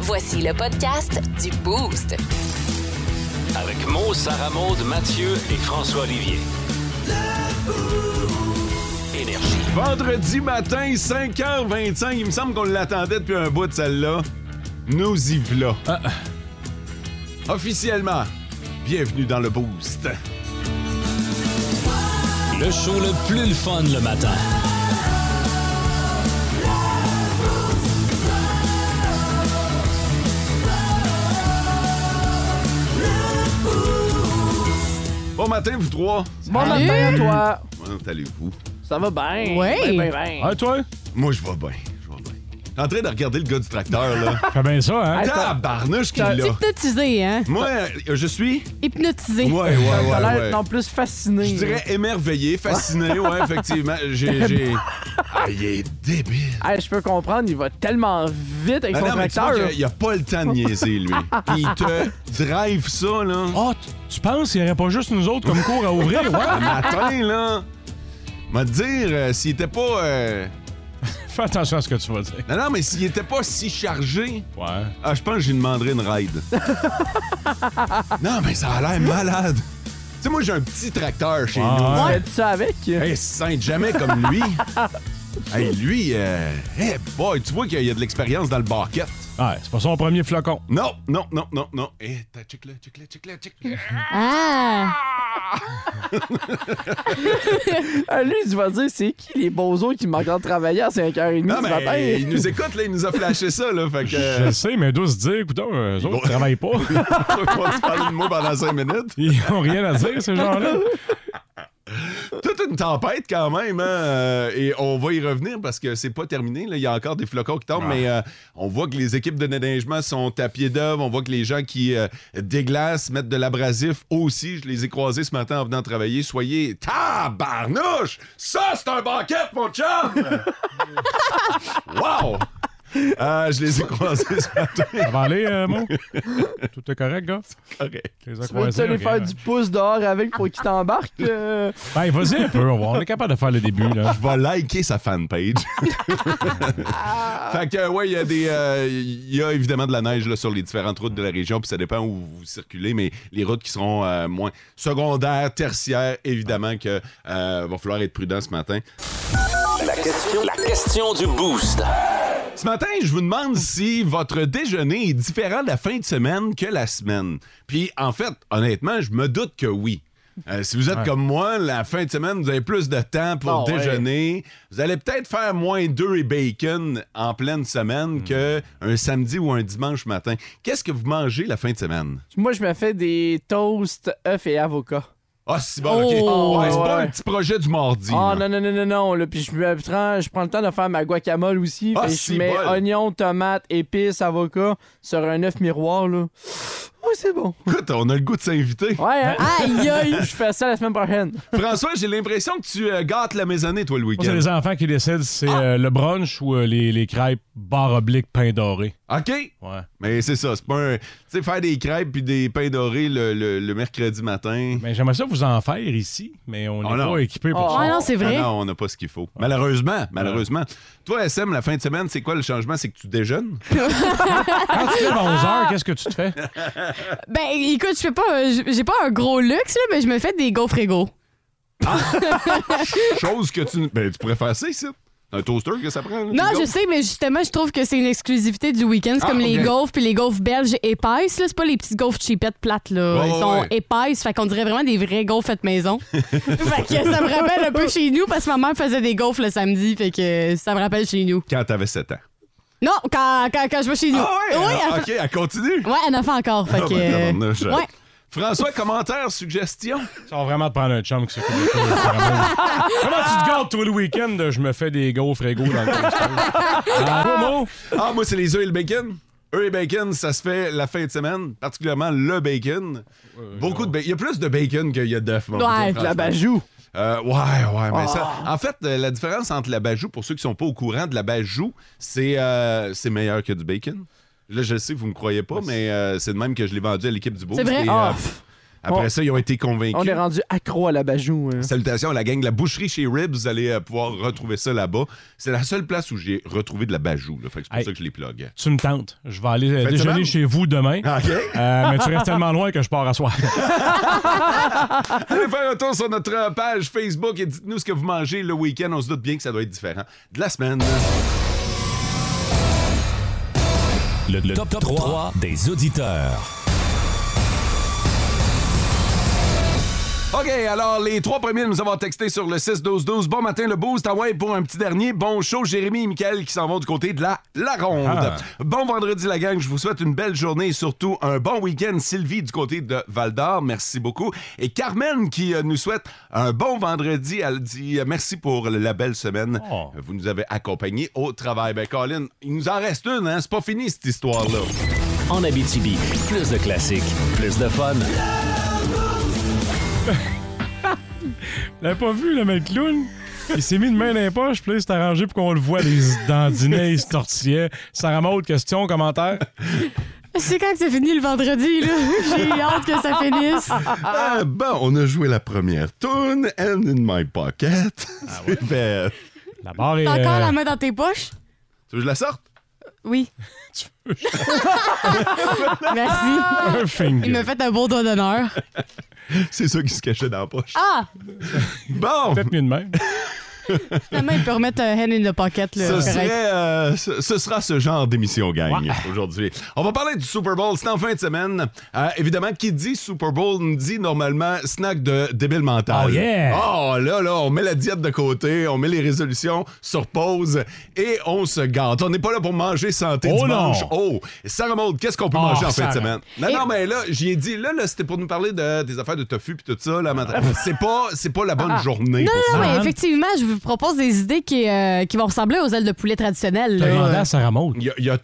Voici le podcast du Boost. Avec Mo, Sarah Maud, Mathieu et François Olivier. Énergie. Vendredi matin, 5h25. Il me semble qu'on l'attendait depuis un bout de celle-là. Nous y v'là. Officiellement, bienvenue dans le Boost. Le show le plus le fun le matin. Bon matin, vous trois. Bon matin à toi. Comment allez-vous? Ça va bien. Oui. Ben, ben, ben. Ah, toi? Moi, je vais bien. Je vais bien. T'es en train de regarder le gars du tracteur, là. Ah, Fais bien ça, hein? Hey, Tabarnouche qu'il T'es l'a. hypnotisé, hein? Moi, euh, je suis... Hypnotisé. Ouais, ouais, T'as l'air ouais, ouais. non plus fasciné. Je dirais émerveillé, fasciné, ouais, effectivement. J'ai... j'ai- Ah, il est débile. Hey, je peux comprendre, il va tellement vite avec Ah son non, mais tu vois tracteur. qu'il a- il a pas le temps de niaiser, lui. Puis il te drive ça, là. Ah, t- tu penses qu'il n'y aurait pas juste nous autres comme cours à ouvrir, Le ouais? matin, là. M'a te dire, euh, s'il était pas. euh, Fais attention à ce que tu vas dire. Non, non, mais s'il était pas si chargé, Ouais. ah, je pense que j'y demanderais une ride. non, mais ça a l'air malade. Tu sais, moi, j'ai un petit tracteur chez Ouais. nous. Tu fais ça avec? Hey, sainte, jamais comme lui. Ah. hey, lui, euh, hey, boy, tu vois qu'il y a de l'expérience dans le barquette. Ouais, c'est pas son premier flocon. Non, non, non, non, non. Eh, t'as- check-le, check-le, check-le, check-le. Ah! Ah, Lui, tu vas dire, c'est qui les bozos qui manquent de travailler à 5h30 Non, du matin? mais ben, il nous écoute, là, il nous a flashé ça, là. Fait que. euh, Je sais, mais d'où se dire, écoute, eux autres vont- travaillent pas. on se parle de moi pendant cinq minutes. Ils ont rien à dire, ces gens-là. Toute une tempête quand même, hein, euh, et on va y revenir parce que c'est pas terminé. là. Il y a encore des flocons qui tombent, mais euh, on voit que les équipes de déneigement sont à pied d'œuvre. On voit que les gens qui euh, déglacent mettent de l'abrasif aussi. Je les ai croisés ce matin en venant travailler. Soyez tabarnouche! Ça, c'est un banquette, mon chum! wow! Euh, je les ai croisés ce matin. Ça va aller, euh, Mo? Tout est correct, gars? Correct. Tu les as Tu veux-tu croisés, aller ok, ben. faire ouais. du pouce dehors avec pour qu'il t'embarque? euh? Ben, vas-y un peu, on va- on est capable de faire le début, là. Je vais liker sa fanpage. fait que, ouais, il y a des. euh, Il y a évidemment de la neige là, sur les différentes routes de la région, puis ça dépend où vous circulez, mais les routes qui seront euh, moins secondaires, tertiaires, évidemment, que euh, va falloir être prudent ce matin. La question, la question du boost. Ce matin, je vous demande si votre déjeuner est différent de la fin de semaine que la semaine. Puis, en fait, honnêtement, je me doute que oui. Euh, si vous êtes comme moi, la fin de semaine, vous avez plus de temps pour Ah ouais. déjeuner. Vous allez peut-être faire moins d'œufs et bacon en pleine Hmm. semaine que qu'un samedi ou un dimanche matin. Qu'est-ce que vous mangez la fin de semaine? Moi, je me fais des toasts, œufs et avocats. Ah, c'est bon, OK. Oh, Ouais, c'est pas ouais. un petit projet du mardi. Ah là. non, non, non, non, non. Là, puis je, me prends, je prends le temps de faire ma guacamole aussi. Ah, Fait que je si mets bol. oignons, tomates, épices, avocats sur un œuf miroir. là. Oui, c'est bon. Écoute, on a le goût de s'inviter. Ouais, hein? Aïe, aïe! Je fais ça la semaine prochaine. François, j'ai l'impression que tu euh, gâtes la maisonnée, toi, le Moi, c'est week-end. les enfants qui décident si Ah. c'est euh, le brunch ou euh, les, les crêpes barre oblique pain doré. OK? Ouais. Mais c'est ça, c'est pas un. Tu sais, faire des crêpes puis des pains dorés le, le- le mercredi matin. Mais j'aimerais ça vous en faire ici, mais on n'est Oh non. pas équipé pour Oh. ça. Ouais, non, c'est vrai. Ah non, on n'a pas ce qu'il faut. Malheureusement, malheureusement. Toi, SM, la fin de semaine, c'est quoi le changement? C'est que tu déjeunes? Quand tu te lèves à 11 heures, Ah. qu'est-ce que tu te fais? Ben, écoute, je fais pas. un- J'ai pas un gros luxe, là, mais je me fais des gaufres égaux. Ah! Chose que tu. Ben, tu pourrais faire ça ici. Un toaster que ça prend? là, Non, tu je goûtes. sais, mais justement, je trouve que c'est une exclusivité du week-end. C'est Ah, comme les ok. gaufres, puis les gaufres belges épaisses, là. C'est pas les petites gaufres cheapettes plates, là. Ouais, Ils ouais, sont ouais. épaisses, fait qu'on dirait vraiment des vraies gaufres faites maison. fait que ça me rappelle un peu chez nous, parce que ma mère faisait des gaufres le samedi, fait que ça me rappelle chez nous. Quand t'avais 7 ans. Non, quand, quand, quand je vais chez nous. oui, elle Ah OK, elle continue. fait- ouais, elle en fait encore, fait Ah, que. ben, euh, tabarnouche. ouais. François, commentaire, suggestion? Ça va vraiment te prendre un chum qui s'occupe de toi. vraiment. Comment tu te gardes tout le week-end? Je me fais des gaufres égaux dans le toaster. Ah, toi, Mo? Ah, moi, c'est les œufs et le bacon. œufs et bacon, ça se fait la fin de semaine, particulièrement le bacon. Beaucoup de bacon. Il y a plus de bacon qu'il y a d'œufs. mon Ouais, Dieu, de la franchement. La bajou. Euh, ouais, ouais, mais ça. En fait, euh, la différence entre la bajou, pour ceux qui sont pas au courant de la bajou, c'est euh, c'est meilleur que du bacon. Là, je sais, vous me croyez pas, mais euh, c'est de même que je l'ai vendu à l'équipe du beau. C'est vrai? Ah. Après On- ça, ils ont été convaincus. On est rendu accro à la bajou. hein. Salutations à la gang de la boucherie chez Ribs. Vous allez euh, pouvoir retrouver ça là-bas. C'est la seule place où j'ai retrouvé de la bajou. là. Fait que c'est pour Hey. ça que je les plug. Tu me tentes. Je vais aller euh, Faites déjeuner semaine? Ah, chez vous demain. OK. Euh, mais tu restes tellement loin que je pars à soir. Allez faire un tour sur notre euh, page Facebook et dites-nous ce que vous mangez le week-end. On se doute bien que ça doit être différent de la semaine. Le, le top, 3, des auditeurs. OK, alors les trois premiers à nous avoir texté sur le 6-12-12. Bon matin, le boost. Ah ouais, pour un petit dernier. Bon show, Jérémy et Michael qui s'en vont du côté de la, la ronde. Ah. Bon vendredi, la gang. Je vous souhaite une belle journée et surtout un bon week-end. Sylvie du côté de Val d'Or, merci beaucoup. Et Carmen qui euh, nous souhaite un bon vendredi. Elle dit euh, merci pour la belle semaine. Oh. Vous nous avez accompagnés au travail. Ben, Colin, il nous en reste une, hein? C'est pas fini cette histoire-là. En Abitibi, plus de classiques, plus de fun. L'avais pas vu, le mec clown? Il s'est mis une main dans les poches, puis là, il s'est arrangé pour qu'on le voit les dandinets, il se tortillait. Sarah Maud, question, commentaire? C'est quand que c'est fini le vendredi, là. J'ai hâte que ça finisse. Ah, bon, on a joué la première tune, and in my pocket. C'est fait. Ah La barre est... T'as encore euh, la main dans tes poches? Tu veux que je la sorte? Oui. Merci. un finger. Il m'a fait un beau doigt d'honneur. C'est ça qui se cachait dans la poche. Ah! Bon! Peut-être mieux de même. Finalement, il peut remettre un hand in the pocket, là. Ce, correct. serait, euh, ce, ce sera ce genre d'émission, gang, aujourd'hui. On va parler du Super Bowl. C'est en fin de semaine. Euh, évidemment, qui dit Super Bowl nous dit normalement snack de débile mental. Ah, Oh, yeah! Oh, là, là, on met la diète de côté, on met les résolutions sur pause et on se gâte. On n'est pas là pour manger santé Oh, dimanche. non! Oh! Sarah Maud, qu'est-ce qu'on peut Oh, manger en fin Sarah. de semaine? Non, Et- non, mais là, j'y ai dit, là, là c'était pour nous parler de, des affaires de tofu puis tout ça. Là, matin. c'est pas, c'est pas la bonne journée Ah. Non, non, pour ça. Ça, mais hein? effectivement, je vous propose des idées qui, euh, qui vont ressembler aux ailes de poulet traditionnelles. T'as là. demandé à Sarah Maud. Il y, a, il y a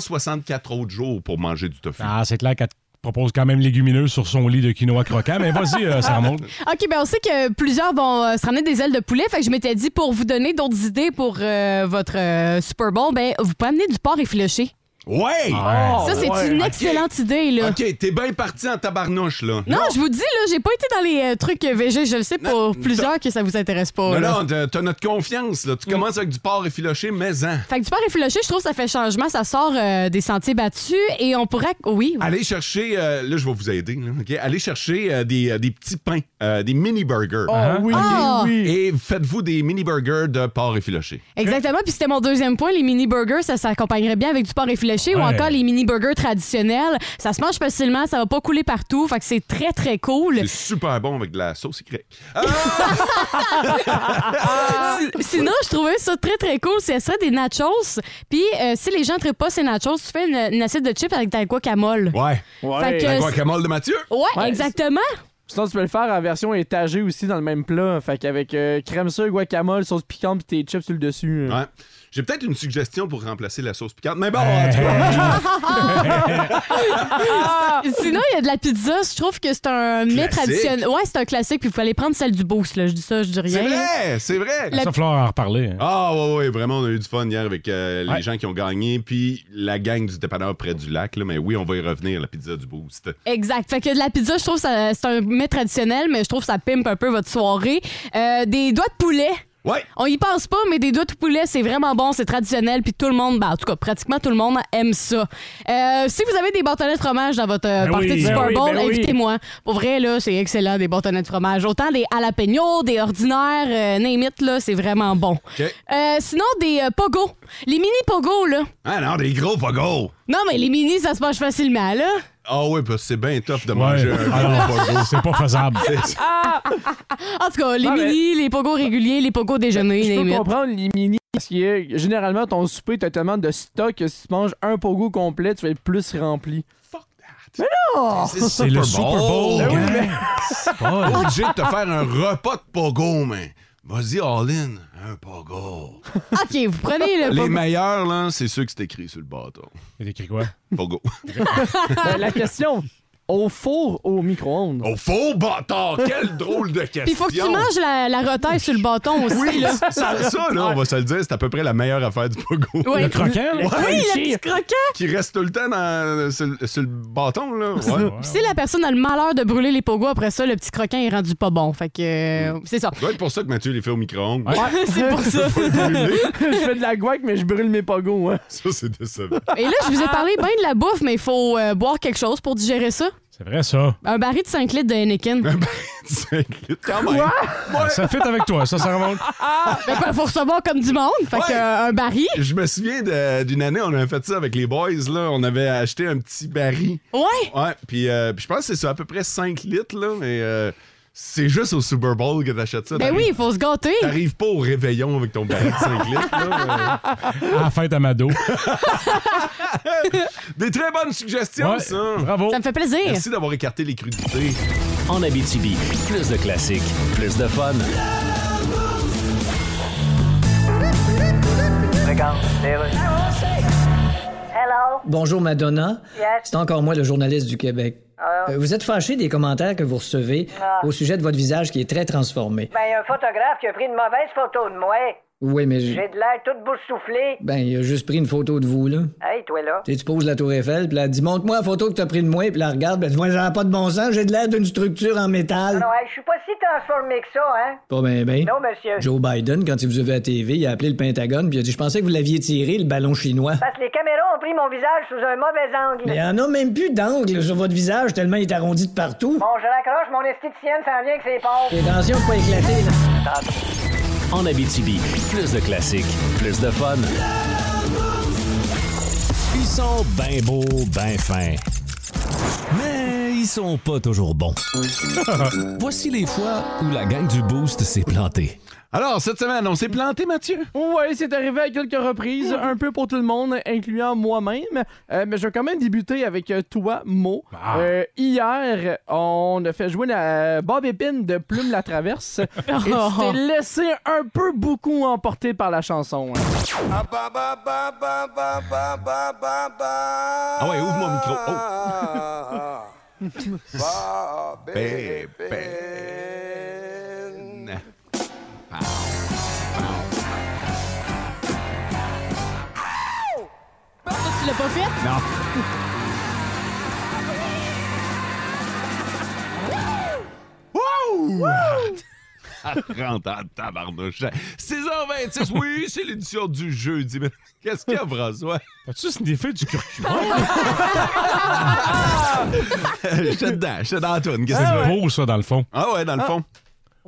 364 autres jours pour manger du tofu. Ah, c'est clair qu'elle te propose quand même légumineuse sur son lit de quinoa croquant. Mais vas-y, euh, Sarah Maud. OK, ben on sait que plusieurs vont euh, se ramener des ailes de poulet. Fait que je m'étais dit, pour vous donner d'autres idées pour euh, votre euh, Super Bowl, ben vous pouvez amener du porc effiloché. Ah, Ouais! Ah Ouais. Ça, c'est une excellente idée, là. Ok, t'es bien parti en tabarnouche, là. Non, je vous dis, là, j'ai pas été dans les euh, trucs euh, végé. Je le sais Non, pour plusieurs que ça vous intéresse pas. Non, là. non, t'as t'as notre confiance, là. Tu Mm. commences avec du porc effiloché, mais hein. en. Fait que du porc effiloché, je trouve que ça fait changement. Ça sort euh, des sentiers battus et on pourrait. Oui. Allez chercher, euh, là, je vais vous aider, là, ok? Allez chercher euh, des, euh, des petits pains, euh, des mini-burgers. Ah, oui, Ah! oui. Et faites-vous des mini-burgers de porc effiloché. Exactement. Puis c'était mon deuxième point. Les mini burgers, ça s'accompagnerait bien avec du porc effiloché Ouais. ou encore les mini burgers traditionnels. Ça se mange facilement, ça va pas couler partout. Fait que c'est très, très cool. C'est super bon avec de la sauce écrée. Ah. Si- Sinon, je trouvais ça très, très cool. Ce serait des nachos. Puis euh, si les gens ne pas ces nachos, tu fais une, une assiette de chips avec ta guacamole. Ouais. Fait que- Un Euh, guacamole de Mathieu? Ouais, Ouais, exactement. Sinon, tu peux le faire en version étagée aussi dans le même plat. Fait qu'avec euh, crème sur, guacamole, sauce piquante puis tes chips sur le dessus. hein. Ouais. J'ai peut-être une suggestion pour remplacer la sauce piquante, mais bon, en tout cas, Hey, Sinon, il y a de la pizza. Je trouve que c'est un mets Classique. traditionnel. Ouais, c'est un classique. Puis vous allez prendre celle du boost. Là. Je dis ça, je dis rien. c'est vrai, c'est vrai. La- Ça, Flore en reparler. hein. Ah ouais, ouais, vraiment, on a eu du fun hier avec euh, les Ouais. gens qui ont gagné, puis la gang du dépanneur près du lac. Là, mais oui, on va y revenir, la pizza du boost. Exact. Fait que de la pizza, je trouve ça c'est un mets traditionnel, mais je trouve que ça pimpe un peu votre soirée. Euh, des doigts de poulet. Ouais, On y pense pas, mais des doigts de poulet, c'est vraiment bon, c'est traditionnel, puis tout le monde, ben, en tout cas, pratiquement tout le monde aime ça. Euh, si vous avez des bâtonnets de fromage dans votre euh, Ben partie oui, du ben Super oui, Bowl, ben oui. invitez-moi. Pour vrai, là, c'est excellent, des bâtonnets de fromage. Autant des jalapenos, des ordinaires, euh, name it, là, c'est vraiment bon. OK. Euh, sinon, des euh, pogos. Les mini pogos, là. Ah non, des gros pogos. Non, mais les mini, ça se mange facilement, là. Ah ouais, parce que c'est bien tough de manger Ouais. un Alors, gros pogo. c'est pas faisable. En tout cas, les Ah, mais- mini, les pogos réguliers, les pogos déjeuner, Je name peux it. comprendre les mini parce que euh, généralement ton souper t'as tellement de stock que si tu manges un pogo complet, tu vas être plus rempli. Fuck that. Mais non! Ben C'est le Super Bowl. gars. gang. C'est pas- T'es obligé de te faire un repas de pogo, mais vas-y, all-in, un pogo. OK, vous prenez le Les pogo. meilleurs, là, c'est ceux que c'est écrit sur le bâton. Il écrit quoi? Pogo. Ben, la question, Au four, au micro-ondes. Au faux bâtard, quel drôle de question. Puis il faut que tu manges la, la retaille sur le bâton aussi. Oui, là. ça, ça, là, on va se le dire, c'est à peu près la meilleure affaire du pogo. Ouais. Le croquant, Oui, là. le crunchy. petit croquant. Qui reste tout le temps dans- sur, le- sur le bâton, là. Ouais. Puis si la personne a le malheur de brûler les pogos après ça, le petit croquant est rendu pas bon. Fait que euh, c'est ça. Ça doit être pour ça que Mathieu les fait au micro-ondes. c'est pour ça. je fais de la guac, mais je brûle mes pogos. hein. Ça, c'est décevant. Et là, je vous ai parlé bien de la bouffe, mais il faut euh, boire quelque chose pour digérer ça. C'est vrai, ça. Un baril de 5 litres de Heineken. Ben, C'est quand même. Ça fit avec toi, ça, Sarah Maud. quoi, faut recevoir comme du monde. Fait que, Ouais. euh, un baril. Je me souviens de- d'une année, on avait fait ça avec les boys, là. On avait acheté un petit baril. Ouais. Ouais, puis euh, puis je pense que c'est ça, à peu près 5 litres, là, mais euh, c'est juste au Super Bowl que t'achètes ça. Ben T'arrives- oui, il faut se gâter. T'arrives pas au réveillon avec ton baril de 5 litres, là. euh. À la fête à Mado. Des très bonnes suggestions, Ouais, ça. Bravo. Ça me fait plaisir. Merci d'avoir écarté les crudités. En Abitibi, plus de classiques, plus de fun. Bonjour Madonna. C'est encore moi le journaliste du Québec. Ah. Euh, vous êtes fâché des commentaires que vous recevez au sujet de votre visage qui est très transformé. Ben, il y a un photographe qui a pris une mauvaise photo de moi. Oui, mais j- J'ai de l'air tout boursouflé. ben il a juste pris une photo de vous là. Hey, toi là. Tu sais, tu poses la tour Eiffel, puis là, elle dit montre-moi la photo que t'as pris de moi, puis la regarde, puis elle dit moi j'en ai pas de bon sens, j'ai de l'air d'une structure en métal. Ah Non, hey, je suis pas si transformé que ça, hein. Pas ben ben. Non, monsieur. Joe Biden, quand il vous a vu à TV, il a appelé le Pentagone, puis il a dit je pensais que vous l'aviez tiré le ballon chinois. Parce que les caméras ont pris mon visage sous un mauvais angle. Mais hein. il y en a même plus d'angle sur votre visage tellement il est arrondi de partout. Bon, je raccroche, mon esthéticienne s'en vient que c'est pauvre. Et attention de pas éclater. là. En Abitibi, plus de classiques, plus de fun. Ils sont bien beaux, bien fins. Mais ils sont pas toujours bons. Voici les fois où la gang du Boost s'est plantée. Alors, Oh, cette semaine, on s'est planté, Mathieu? Ouais, c'est arrivé à quelques reprises, un peu pour tout le monde, incluant moi-même. Euh, mais je vais quand même débuter avec euh, toi, Mo. Ah. Euh, hier, on a fait jouer la Bob Épine de Plume la Traverse. et tu t'es laissé un peu beaucoup emporter par la chanson. hein. Ah ouais, ouvre mon micro. Oh. Oh. Ben. Toi, tu l'as pas fait? Non. Wow! Ah, rentre en tabarnouche. 6h26, oui, c'est l'édition du jeudi. Mais Qu'est-ce qu'il y a, François? As-tu sniffé du curcuma? J'étais dedans, j'étais dans Antoine. Qu'est-ce que tu C'est veux? beau, ça, dans le fond. Ah ouais, dans le fond.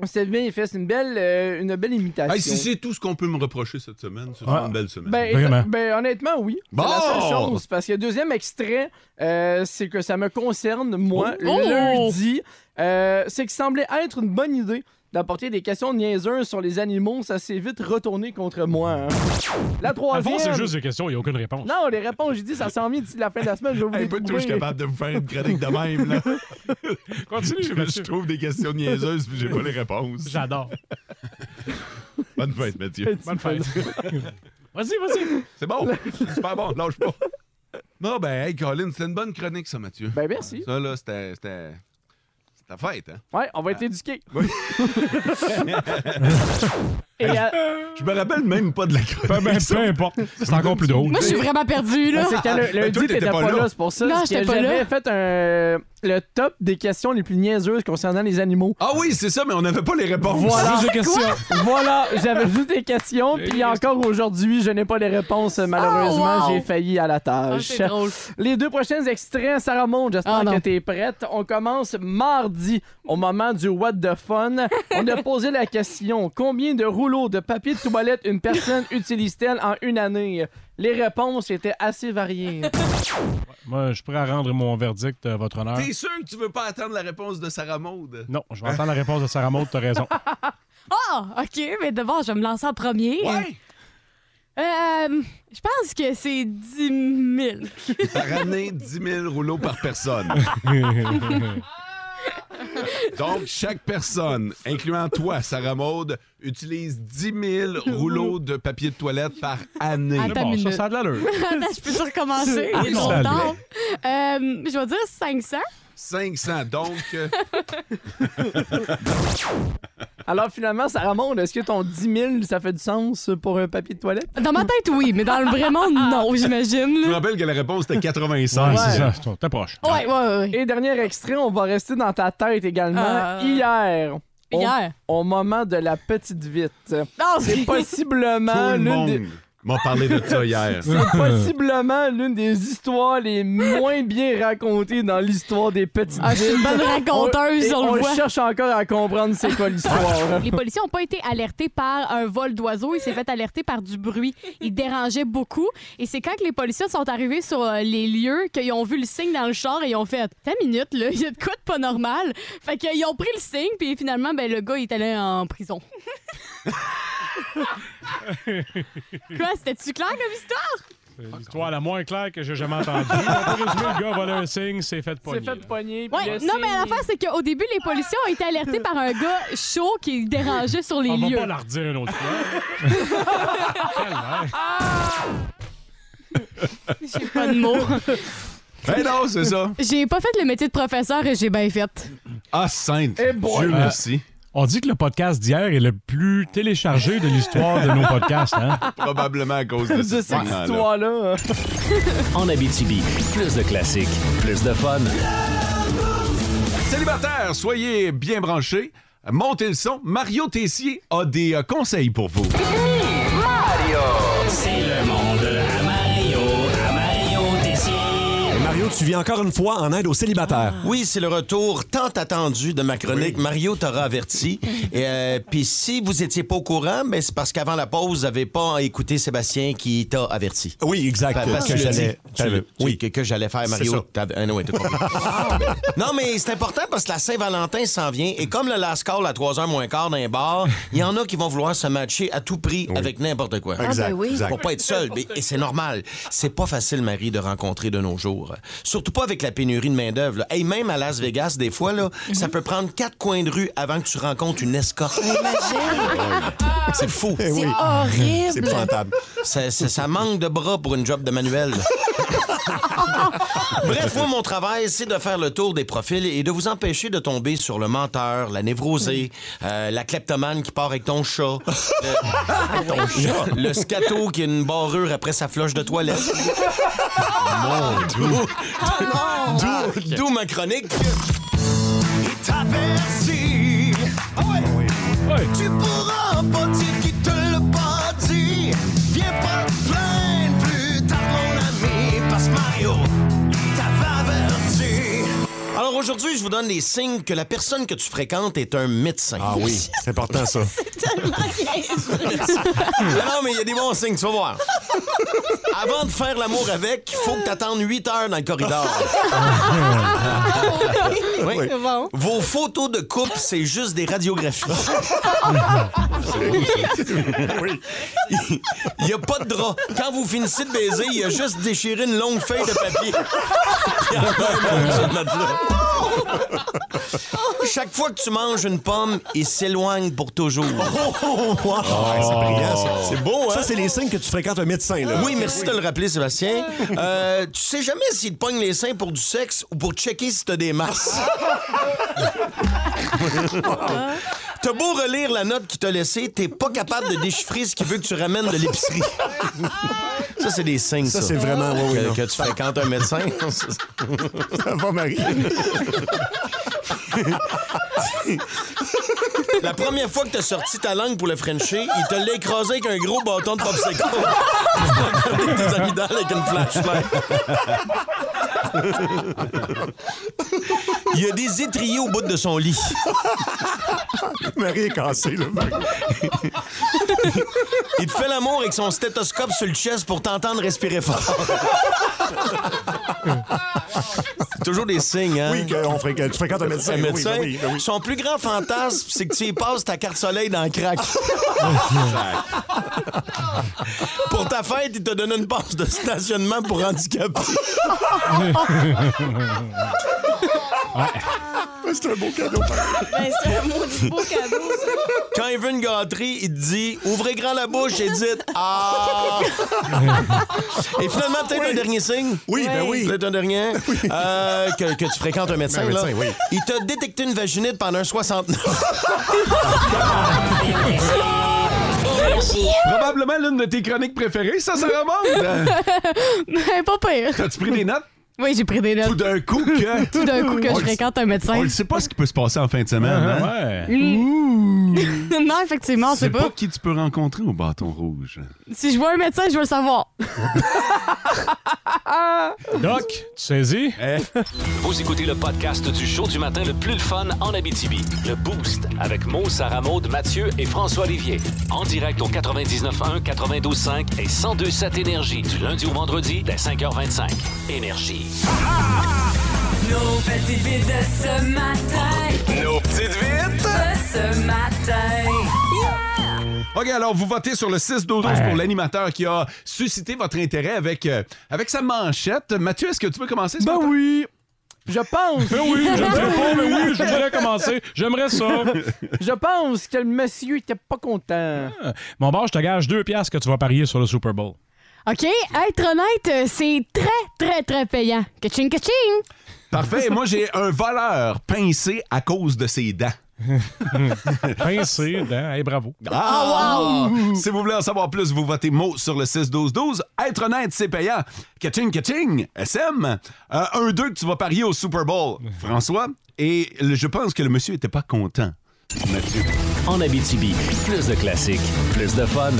C'est bien fait, c'est une belle, euh, une belle imitation. Hey, si c'est tout ce qu'on peut me reprocher cette semaine, ce sera Ouais. une belle semaine. Ben, Vraiment. ben, honnêtement, oui. Bon! C'est la seule chose. Parce que le deuxième extrait, euh, c'est que ça me concerne, moi, Oh! lundi. Euh, c'est qu'il semblait être une bonne idée d'apporter des questions niaiseuses sur les animaux. Ça s'est vite retourné contre moi. hein. La Dans le troisième... fond, c'est juste des questions, il n'y a aucune réponse. Non, les réponses, j'ai dit, ça s'en vient d'ici la fin de la semaine. Je vais vous Hey, les pas de tout, je trouver. suis capable de vous faire une chronique de même. Là. Continue, je, je Mathieu. trouve des questions niaiseuses puis j'ai pas les réponses. J'adore. Bonne fête, Mathieu. Bonne fête. vas-y, vas-y. C'est bon, c'est super bon, lâche pas. Non, ben, hey, Colin, c'était une bonne chronique, ça, Mathieu. Ben, merci. Ça, là, c'était. C'était c'était ta fête, hein? Ouais, on va être éduqués. Oui. Et à- Je me rappelle même pas de la chronique. Peu, ben, peu importe. C'est encore plus drôle. Moi, je suis vraiment perdue, là. C'est quand le, Ben, lundi, toi, Ah. t'étais pas, là, c'est pour ça. Non, parce que j'étais pas là. J'avais fait un- le top des questions les plus niaiseuses concernant les animaux. Ah oui, c'est ça, mais on n'avait pas les réponses. Voilà. Juste des questions. Voilà, j'avais juste des questions, puis encore aujourd'hui, je n'ai pas les réponses. Malheureusement, Oh, wow. j'ai failli à la Ah, tâche. c'est drôle. Les deux prochains extraits, Sarah Monde, j'espère Ah, non. que t'es prête. On commence mardi, au moment du What the Fun. On a posé la question combien de rouleaux de papier de toilette une personne utilise-t-elle en une année Les réponses étaient assez variées. Moi, je suis prêt à rendre mon verdict, euh, votre honneur. T'es sûr que tu veux pas attendre la réponse de Sarah Maud? Non, je vais entendre la réponse de Sarah Maud, t'as raison. Ah, OK, mais d'abord, je vais me lancer en premier. Ouais! Euh, je pense que c'est 10 000. Par année, 10 000 rouleaux par personne. Donc, chaque personne, incluant toi, Sarah Maud, utilise 10 000 rouleaux de papier de toilette par année. Attends. Bon, minute. ça, ça a de l'allure. Attends, je peux-tu recommencer? Ah, Ils non. sont tard. Euh, je vais dire 500. 500. Donc, euh, Alors finalement, Sarah Monde, est-ce que ton 10 000, ça fait du sens pour un papier de toilette? Dans ma tête, oui, mais dans le vrai monde, non, j'imagine. je me là. rappelle que la réponse était Ouais, 96. c'est ça. c'est- T'approches. Ouais, ouais, ouais. ouais. Et dernier extrait, on va rester dans ta tête également. Euh, Hier. on- Hier. Ah, Au moment de la petite vite. Non, C'est Tout possiblement le l'une monde des, m'a parlé de ça hier. c'est possiblement l'une des histoires les moins bien racontées dans l'histoire des petites Ah, je suis une bonne Et raconteuse, on, le voit. cherche encore à comprendre c'est quoi Euh. l'histoire. Les policiers n'ont pas été alertés par un vol d'oiseau, ils s'est fait alerter par du bruit. Ils dérangeaient beaucoup. Et c'est quand que les policiers sont arrivés sur euh, les lieux qu'ils ont vu le signe dans le char et ils ont fait « Ta minute, là, il y a de quoi de pas normal? » Fait qu'ils ont pris le signe, puis finalement, ben, le gars, il est allé en prison. quoi, c'était-tu clair comme histoire? C'est L'histoire la moins claire que j'ai jamais entendue. Pour résumer, le gars a volé un signe, c'est fait pogner. C'est fait pogner. puis Ouais, le non, mais signe- l'affaire, c'est qu'au début, les policiers ont été alertés par un gars chaud qui dérangeait sur les On va lieux. pas la redire une autre fois. Ah! Calvaire. J'ai pas de mots. Ben non, c'est ça. J'ai pas fait le métier de professeur et j'ai bien fait. Ah, sainte. Eh boy. Dieu Euh, merci. On dit que le podcast d'hier est le plus téléchargé de l'histoire de nos podcasts. Hein? Probablement à cause de, de cette histoire-là. hein. En Abitibi, plus de classiques, plus de fun. Célibataires, soyez bien branchés. Montez le son. Mario Tessier a des euh, conseils pour vous. C'est le monde à Mario, à Mario Tessier. Mario, tu viens encore une fois en aide aux célibataires. Oui, c'est le retour tant attendu de ma chronique. Mario t'aura averti. Et euh, Puis si vous étiez pas au courant, ben, c'est parce qu'avant la pause, vous n'avez pas écouté Sébastien qui t'a averti. Oui, exact. Pa- Parce Que que je j'allais, dis. tu- T'avais- tu- oui. que, que j'allais faire ça. Mario. T'avais- ah, non, ouais, t'as compris. non, mais c'est important parce que la Saint-Valentin s'en vient et comme le last call à 3h moins quart dans un bar, il y en a qui vont vouloir se matcher à tout prix avec n'importe quoi. Ah, ben Exact. exact. Pour pas être seul, mais- et c'est normal. C'est pas facile, Marie, de rencontrer de nos jours. Surtout pas avec la pénurie de main-d'œuvre. là. Hey, même à Las Vegas, des fois, là, Mhm. ça peut prendre quatre coins de rue avant que tu rencontres une escorte. c'est fou. Eh oui. C'est horrible. épouvantable. Ça, ça- ça manque de bras pour une job de manuel. Bref, moi, mon travail, c'est de faire le tour des profils et de vous empêcher de tomber sur le menteur, la névrosée, euh, la kleptomane qui part avec ton chat, le, ton chat, le scato qui a une barrure après sa floche de toilette. Oh Ah, D'où- D'où ma chronique. Ah Ouais. Ah Tu pourras pas dire qui te l'a pas dit. Viens pas te plaindre plus tard, mon ami, parce que Mario t'avait averti. Alors aujourd'hui, je vous donne les signes que la personne que tu fréquentes est un médecin. Ah oui, c'est important ça. Non, non, mais il y a des bons signes, tu vas voir. Avant de faire l'amour avec, il faut que t'attendes 8 heures dans le corridor. Oui. Bon. Vos photos de couple, c'est juste des radiographies. Il n'y a pas de drap. Quand vous finissez de baiser, il y a juste déchiré une longue feuille de papier. Puis encore un autre sur le matelas. Chaque fois que tu manges une pomme, il s'éloigne pour toujours. Ouais, c'est brillant ça. C'est beau, hein? Oh. Ça, c'est les signes que tu fréquentes un médecin, là. Oui, merci de le rappeler, Sébastien. Euh, tu sais jamais s'il te pogne les seins pour du sexe ou pour checker si t'as des masses. T'as beau relire la note qu'il t'a laissée, t'es pas capable de déchiffrer ce qu'il veut que tu ramènes de l'épicerie. Ça, c'est des signes, ça. Ah. Ça, c'est vraiment. Oui, oui, que, non. que tu fréquentes un médecin. Ça va, Marie. La première fois que t'as sorti ta langue pour le Frencher, il te l'a écrasé avec un gros bâton de popsicle. avec tes amygdales avec une flashlight. Il y a des étriers au bout de son lit. Marie est cassée, là. Il te fait l'amour avec son stéthoscope sur le chest pour t'entendre respirer fort. C'est toujours des signes, hein? Oui, que on fréquente, tu fréquentes un médecin. Un oui, médecin, ben oui, ben oui. son plus grand fantasme, c'est que tu y passes ta carte soleil dans le crack. pour ta fête, il te donne une passe de stationnement pour handicapés. C'est un beau cadeau. Ben, c'est un maudit beau cadeau, ça. Quand il veut une gâterie, il te dit ouvrez grand la bouche et dites Ah! et finalement, peut-être un dernier signe. Oui, ben oui. Ben, Peut-être un dernier. Euh, que, que tu fréquentes un médecin. Un médecin, là. oui. Il t'a détecté une vaginite pendant un 69. Probablement l'une de tes chroniques préférées, ça se remonte. hein? Mais pas pire. T'as-tu pris des notes? Oui, j'ai pris des notes. Tout d'un coup que. Tout d'un coup que On je le- fréquente un médecin. Mm. On ne sait pas ce qui peut se passer en fin de semaine. Ah, hein? non, effectivement, Tu c'est sais pas pas. qui tu peux rencontrer au bâton rouge. Si je vois un médecin, je veux le savoir. Doc, tu saisis? Vous écoutez le podcast du show du matin le plus le fun en Abitibi. Le Boost avec Mo, Sarah Maud, Mathieu et François Olivier. En direct au 99.1, 92.5 et 102.7 Énergie du lundi au vendredi dès 5h25. Énergie. Nos petites vites de ce matin. Nos petites vites de ce matin. OK, alors vous votez sur le 6-12 pour l'animateur qui a suscité votre intérêt avec, euh, avec sa manchette. Mathieu, est-ce que tu veux commencer ce Ben oui! Je pense. Ben oui, je ne sais pas, mais oui, je voudrais commencer. J'aimerais ça. Je pense que le monsieur était pas content. Ah, Mon bar, je te gage deux piastres que tu vas parier sur le Super Bowl. OK? Être honnête, euh, c'est très, très, très payant. Kaching, kaching! Parfait. Moi, j'ai un voleur pincé à cause de ses dents. Pincé, dents. Hey, bravo. Ah, Si vous voulez en savoir plus, vous votez mot sur le 6-12-12. Être honnête, c'est payant. Catching, catching, SM. Euh, un 2 que tu vas parier au Super Bowl, François. Et le- je pense que le monsieur était pas content. Mathieu. En Abitibi, plus de classiques, plus de fun.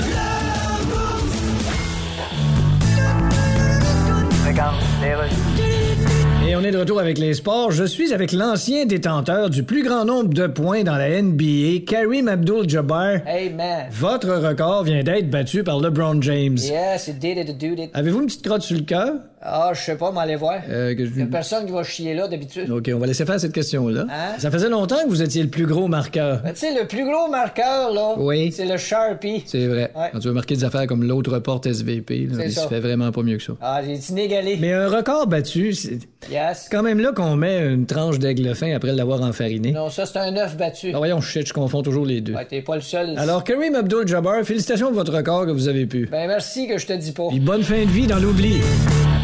Et on est de retour avec les sports. Je suis avec l'ancien détenteur du plus grand nombre de points dans la NBA, Karim Abdul-Jabbar. Hey, man. Votre record vient d'être battu par LeBron James. Yes, it did it, it did it. Avez-vous une petite crotte sur le cœur? Ah, je sais pas, m'aller voir. Euh, Y que a je- personne qui va chier là d'habitude. OK, on va laisser faire cette question-là. Hein? Ça faisait longtemps que vous étiez le plus gros marqueur. Mais tu sais, le plus gros marqueur, là, Oui. c'est le Sharpie. C'est vrai. Ouais. Quand tu veux marquer des affaires comme l'autre reporte SVP, là, C'est il se ça. fait vraiment pas mieux que ça. Ah, j'ai inégalé. Mais un record hein. battu, c'est Yes. c'est quand même là qu'on met une tranche d'aigle fin après l'avoir enfariné. Non, ça, c'est un œuf battu. Ah, voyons, je sais, je confonds toujours les deux. Ouais, t'es pas le seul. Alors, Karim Abdul-Jabbar, félicitations pour votre record que vous avez pu. Ben, merci que je te dis pas. Puis bonne fin de vie dans l'oubli.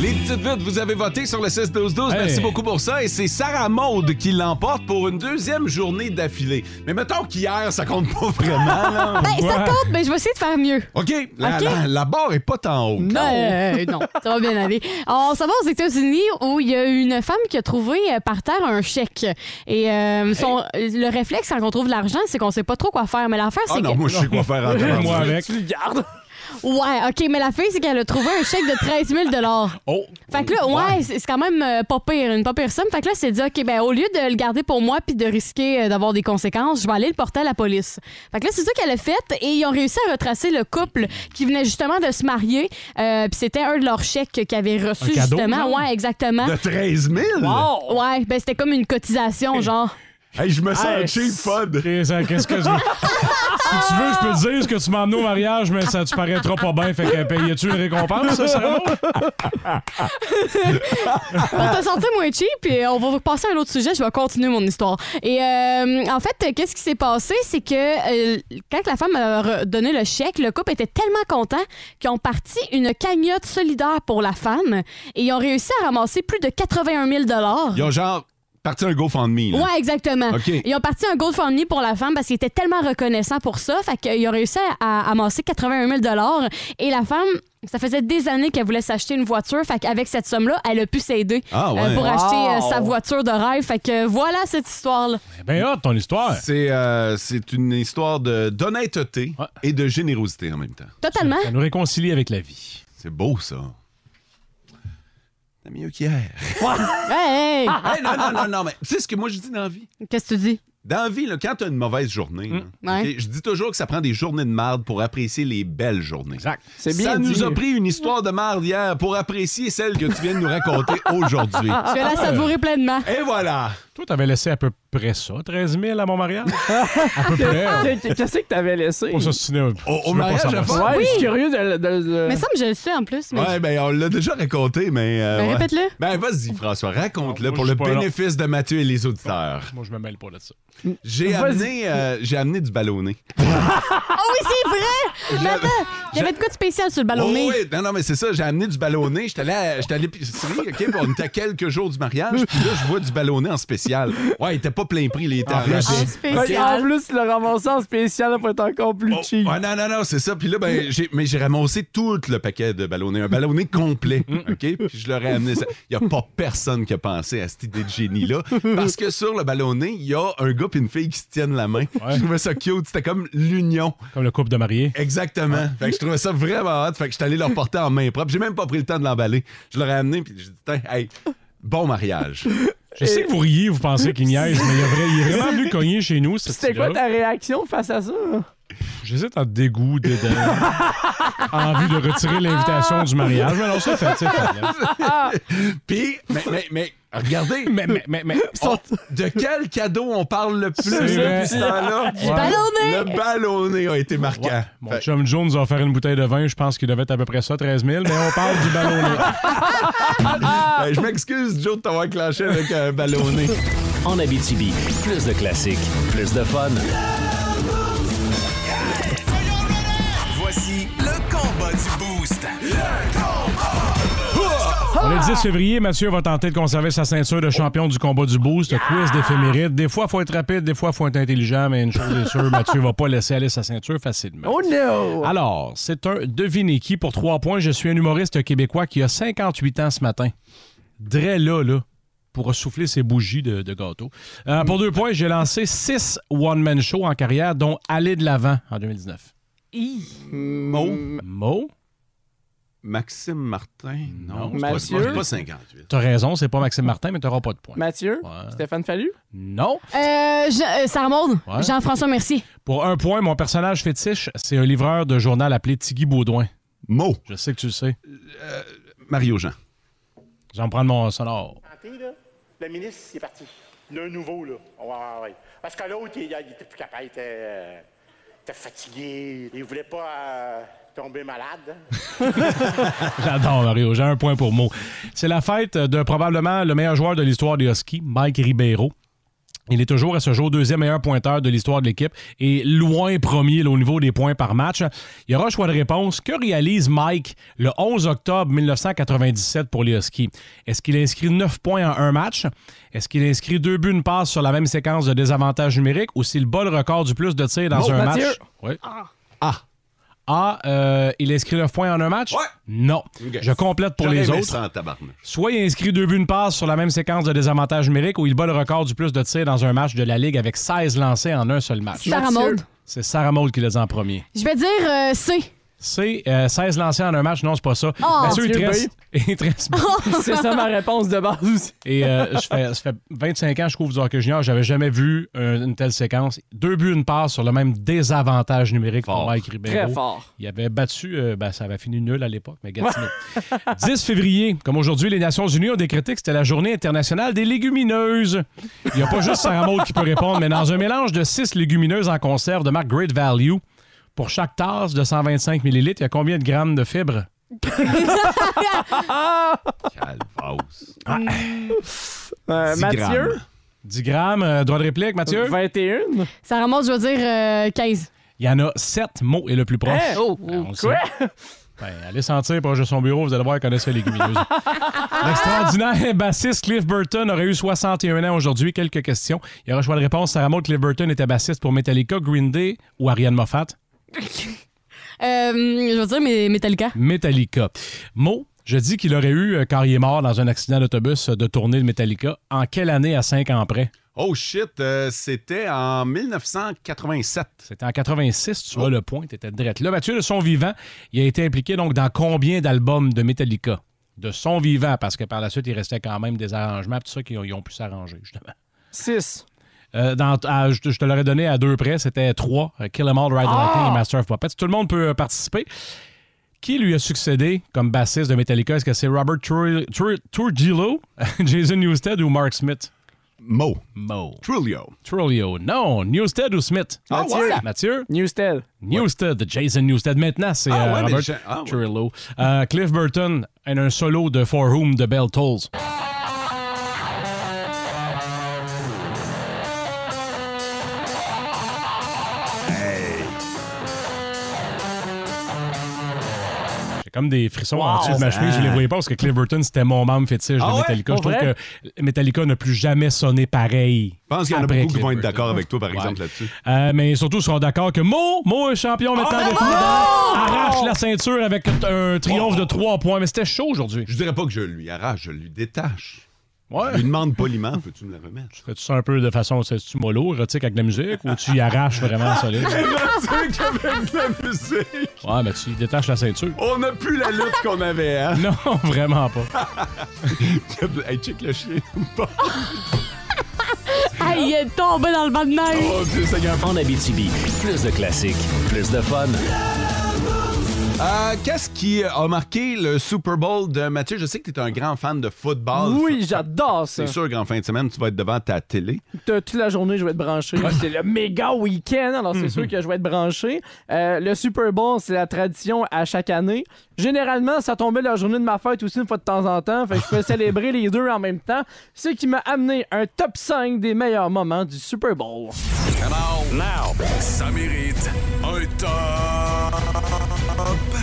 Les petites vites, vous avez voté sur le 6-12-12. Merci Hey. beaucoup pour ça. Et c'est Sarah Maude qui l'emporte pour une deuxième journée d'affilée. Mais mettons qu'hier, ça compte pas vraiment. là. Ben, ça Ouais. compte, mais je vais essayer de faire mieux. OK, la, OK. la- la barre est pas tant haute. Ben, euh, non, ça va bien aller. On s'en va aux États-Unis où il y a une femme qui a trouvé euh, par terre un chèque. Et euh, son- le réflexe quand on trouve de l'argent, c'est qu'on sait pas trop quoi faire. Mais l'affaire, Ah c'est non, que. moi, je sais quoi faire en temps. Moi avec. Tu le gardes. Ouais, OK, mais la fille, c'est qu'elle a trouvé un chèque de 13 000 Oh! Fait que là, ouais, c'est c'est quand même euh, pas pire, une pas pire somme. Fait que là, c'est dit, OK, ben, au lieu de le garder pour moi puis de risquer euh, d'avoir des conséquences, je vais aller le porter à la police. Fait que là, c'est ça qu'elle a fait et ils ont réussi à retracer le couple qui venait justement de se marier. Euh, puis c'était un de leurs chèques qu'ils avaient reçu, Un cadeau, justement. non? Ouais, exactement. De 13 000? Ouais, ben, c'était comme une cotisation, genre. Hey, je me sens Hey, cheap, fun. Et ça, Qu'est-ce que je veux? Si tu veux, je peux te dire ce que tu m'as emmené au mariage, mais ça te paraîtra pas bien. Fait que payais-tu une récompense, ça, Sarah Maud? Pour te sentir moins cheap, et on va passer à un autre sujet, je vais continuer mon histoire. Et euh, en fait, euh, qu'est-ce qui s'est passé, c'est que euh, quand la femme a donné le chèque, le couple était tellement content qu'ils ont parti une cagnotte solidaire pour la femme et ils ont réussi à ramasser plus de 81 000 Ils ont genre parti un GoFundMe. là. Ouais, exactement. OK. Ils ont parti un GoFundMe pour la femme parce qu'ils étaient tellement reconnaissants pour ça. Fait qu'ils ont réussi à amasser 81 000 Et la femme, ça faisait des années qu'elle voulait s'acheter une voiture. Fait qu'avec cette somme-là, elle a pu s'aider Ah ouais. pour Wow. acheter euh, sa voiture de rêve. Fait que voilà cette histoire-là. Ben, hop, ton histoire. C'est euh, c'est une histoire de- d'honnêteté Ouais. et de générosité en même temps. Totalement. Ça nous réconcilie avec la vie. C'est beau, ça. C'est mieux qu'hier. Hey! hey. Ah, Hey, non, non, non, non, mais tu sais ce que moi je dis dans la vie? Qu'est-ce que tu dis? Dans la vie, là, quand t'as une mauvaise journée, Hum. là, Ouais. ok, je dis toujours que ça prend des journées de marde pour apprécier les belles journées. Exact. C'est bien Ça nous dit. a pris une histoire de marde hier pour apprécier celle que tu viens de nous raconter aujourd'hui. Je vais la savourer pleinement. Et voilà! Toi, t'avais laissé à peu près ça, 13 000 à mon mariage. à peu près. Qu'est- qu'est- Qu'est-ce que t'avais laissé? Oh, ça, c'est une- Au- je au veux pas mariage, savoir à ça. fond? Ouais, je suis Oui. curieux de. de- de- Mais ça me je le sais en plus. Mais Ouais, ben on l'a déjà raconté, mais. euh, Ben, ouais. répète-le. Ben vas-y, François, raconte-le Ah, moi, pour je le suis pas là. bénéfice de Mathieu et les auditeurs. Moi, je me mêle pas de ça. J'ai Vas-y. amené, euh, j'ai amené du ballonné. Ah oui, c'est vrai! Mais attends, j'avais de quoi de spécial sur le ballonnet. Oh, oui, non, non, mais c'est ça, j'ai amené du ballonné. J'étais allé à, j'étais à l'épicerie, OK, puis on était à quelques jours du mariage, puis là, je vois du ballonné en spécial. Ouais, il était pas plein prix, il était en rabais. Ouais, En plus, le ramassé en spécial pour être encore plus cheap. Oh, Ouais, non, non, non, c'est ça. Puis là, ben, j'ai, mais j'ai ramassé tout le paquet de ballonnés, un ballonné complet, Mm. OK? Puis je leur ai amené ça. Il n'y a pas personne qui a pensé à cette idée de génie-là, parce que sur le ballonné, il y a un gars et une fille qui se tiennent la main. Je trouvais ça cute. C'était comme l'union. Comme le couple de mariés. Exactement. Fait que je trouvais ça vraiment hot. Fait que je suis allé leur porter en main propre. J'ai même pas pris le temps de l'emballer. Je leur ai amené, puis j'ai dit, Tiens, hey, bon mariage. Je sais que vous riez, vous pensez qu'il niaise, mais il y a vrai- il est vraiment venu cogner chez nous. ce C'était petit-là. quoi ta réaction face à ça? J'hésite en dégoût, dédain, envie de retirer l'invitation du mariage. Mais non, c'est fait, c'est fait. là. Puis, mais, mais, mais, regardez. mais, mais, mais, mais. On- de quel cadeau on parle le plus C'est vrai. depuis ce temps-là? Du ballonné. Le ballonné a été marquant. Mon chum Jones va faire une bouteille de vin, je pense qu'il devait être à peu près ça, 13 000, mais on parle du ballonnet. Ben, je m'excuse, Joe, de t'avoir clenché avec un ballonné. En Abitibi, plus de classiques, plus de fun. Voici le combat du Boost. Le combat! Le 10 février, Mathieu va tenter de conserver sa ceinture de champion du combat du boost, le quiz d'éphéméride. Des fois, faut être rapide, des fois, faut être intelligent, mais une chose est sûre, Mathieu va pas laisser aller sa ceinture facilement. Oh no! Ben, Alors, c'est un devinez qui pour trois points. Je suis un humoriste québécois qui a 58 ans ce matin. Dre là, là, pour souffler ses bougies de, de gâteau. Euh, pour deux points, j'ai lancé six one-man shows en carrière, dont Aller de l'avant en 2019. Mo. Mo. Maxime Martin. Non, c'est pas- Mathieu? c'est pas 58. T'as raison, c'est pas Maxime Martin, mais t'auras pas de points. Mathieu? Stéphane Fallu? Non. Euh, Je- euh, Sarah Maud, Ouais. Jean-François Mercier. Pour un point, mon personnage fétiche, c'est un livreur de journal appelé Tiggy Baudouin. Mo. Euh, Je sais que tu le sais. Mario Jean. J'en prends de mon sonore. santé, là, le ministre, il est parti. Le nouveau, là. Ouais, ouais, ouais. Ah Parce que l'autre, il, il était plus capable. Il était, euh, il était fatigué. Il voulait pas euh, tomber malade. J'adore Mario, j'ai un point pour mot. C'est la fête de probablement le meilleur joueur de l'histoire des Huskies, Mike Ribeiro. Il est toujours à ce jour deuxième meilleur pointeur de l'histoire de l'équipe et loin premier là, au niveau des points par match. Il y aura un choix de réponse. Que réalise Mike le 11 octobre 1997 pour les Huskies? Est-ce qu'il a inscrit 9 points en un match? Est-ce qu'il a inscrit deux buts, une passe sur la même séquence de désavantage numérique ou s'il bat le record du plus de tirs dans Bon, un Mathieu. match? Oui. Ah. Ah, euh, il a inscrit 9 points en un match? Non. Je complète pour J'aurais les aimé autres. ça en tabarnak. Soit il a inscrit deux buts, une passe sur la même séquence de désavantage numérique ou il bat le record du plus de tirs dans un match de la Ligue avec 16 lancés en un seul match. Sarah Mathieu. Maud. C'est Sarah Maud qui l'a dit en premier. Je vais dire euh, C. C'est euh, 16 lancés en un match. Non, c'est pas ça. Oh, Mathieu, il te Dieu, reste- il te reste- C'est ça ma réponse de base aussi. Et euh, je fais- ça fait 25 ans que je couvre du hockey junior. J'avais jamais vu euh, une telle séquence. Deux buts, une passe sur le même désavantage numérique pour Mike Ribeiro. Très fort. Ben, oh. Il avait battu, euh, ben, ça avait fini nul à l'époque, mais Gatineau. 10 février, comme aujourd'hui, les Nations Unies ont décrété que c'était la journée internationale des légumineuses. Il n'y a pas juste Sarah Maud qui peut répondre, mais dans un mélange de 6 légumineuses en conserve de marque Great Value, pour chaque tasse de 125 ml, il y a combien de grammes de fibres? Euh, Mm. Ah. Euh, Euh, 10 Mathieu? grammes. 10 grammes, euh, droit de réplique, Mathieu? 21. Sarah Maud, je vais dire euh, 15. Il y en a 7 mots et le plus proche. Hein? Oh, Ben, on quoi? le sait. Ben, allez sentir proche de son bureau, vous allez voir, il connaît ça, les légumineuses. L'extraordinaire bassiste Cliff Burton aurait eu 61 ans aujourd'hui. Quelques questions. Il y aura choix de réponse. Sarah Maud, Cliff Burton était bassiste pour Metallica, Green Day ou Ariane Moffat. Euh, je vais dire mais Metallica. Metallica. Mo, je dis qu'il aurait eu, euh, quand il est mort dans un accident d'autobus euh, de tournée de Metallica, en quelle année à 5 ans près? Oh shit, euh, c'était en 1987. C'était en 86, tu vois le point, t'étais drette. Là, Mathieu, de son vivant, il a été impliqué donc dans combien d'albums de Metallica? De son vivant, parce que par la suite, il restait quand même des arrangements, tout ça, qu'ils ont, ils ont pu s'arranger, justement. 6. je, te- je te l'aurais donné Euh, à deux près, c'était trois, euh, Kill Em All, Ride the Ah! Lightning et Master of Puppets. Tout le monde peut euh, participer. Qui lui a succédé comme bassiste de Metallica? Est-ce que c'est Robert Trujillo, Jason Newsted ou Mark Smith? Mo. Mo. Trulio. Trulio. Non, Newstead ou Smith? Ah ouais? Mathieu? Newstead. Newstead, Jason Newstead. Maintenant, c'est Ah euh, ouais, mais Robert je- ah ouais. Trujillo. Euh, Cliff Burton and un solo de For Whom de Bell Tolls. J'ai Comme des frissons Wow. en dessus de ma chemise, je les voyais pas parce que Cliff Burton, c'était mon membre fétiche Ah de ouais? Metallica. Pour je trouve vrai? que Metallica n'a plus jamais sonné pareil. Je pense qu'il y en a après beaucoup qui Cliff vont être Burton. d'accord avec toi, par exemple, là-dessus. Euh, mais surtout, ils seront d'accord que Mo, Mo est champion maintenant Oh, de bravo! Trinidad. Arrache la ceinture avec un triomphe de 3 points. Mais c'était chaud aujourd'hui. Oh. Je dirais pas que je lui arrache, je lui détache. Ouais. Je lui demande poliment, peux-tu me la remettre? Fais-tu ça un peu de façon, c'est-tu mollo, érotique avec de la musique ou tu y arraches vraiment solide? qu'avec la musique, Ouais, mais tu y détaches la ceinture. on n'a plus la lutte qu'on avait, hein? Non, vraiment pas. hey, check le chien. Aïe, il est tombé dans le bas de Oh, neige. Oh, En Abitibi, plus de classiques, plus de fun. Euh, Qu'est-ce qui a marqué le Super Bowl de Mathieu? Je sais que tu es un grand fan de football. Oui, j'adore ça. C'est sûr qu'en fin de semaine, tu vas être devant ta télé. T- Toute la journée, je vais être branché. Ah, Mhm. C'est le méga week-end, alors c'est sûr que je vais être branché. Euh, le Super Bowl, c'est la tradition à chaque année. Généralement, ça tombait la journée de ma fête aussi une fois de temps en temps. Fait que je peux célébrer les deux en même temps. Ce qui m'a amené un top 5 des meilleurs moments du Super Bowl. Come on. Now. Ça mérite un top